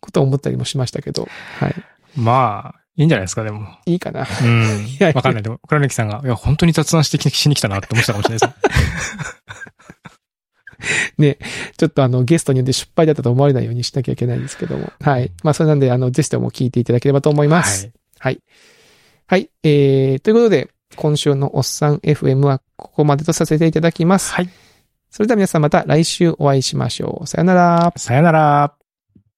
Speaker 2: ことを思ったりもしましたけど、はい。
Speaker 1: まあ、いいんじゃないですか、でも。
Speaker 2: いいかな。
Speaker 1: うん
Speaker 2: や いや。
Speaker 1: わかんない。でも、倉貫さんが、いや、本当に雑談してきしに来たなって思ってたかもしれない です。
Speaker 2: ちょっとあの、ゲストによって失敗だったと思われないようにしなきゃいけないんですけども。はい。まあ、それなんで、あの、ぜひとも聞いていただければと思います。
Speaker 1: い。
Speaker 2: はい。えー、ということで、今週のおっさん FM はここまでとさせていただきます。
Speaker 1: はい。
Speaker 2: それでは皆さんまた来週お会いしましょう。さよなら。
Speaker 1: さよなら。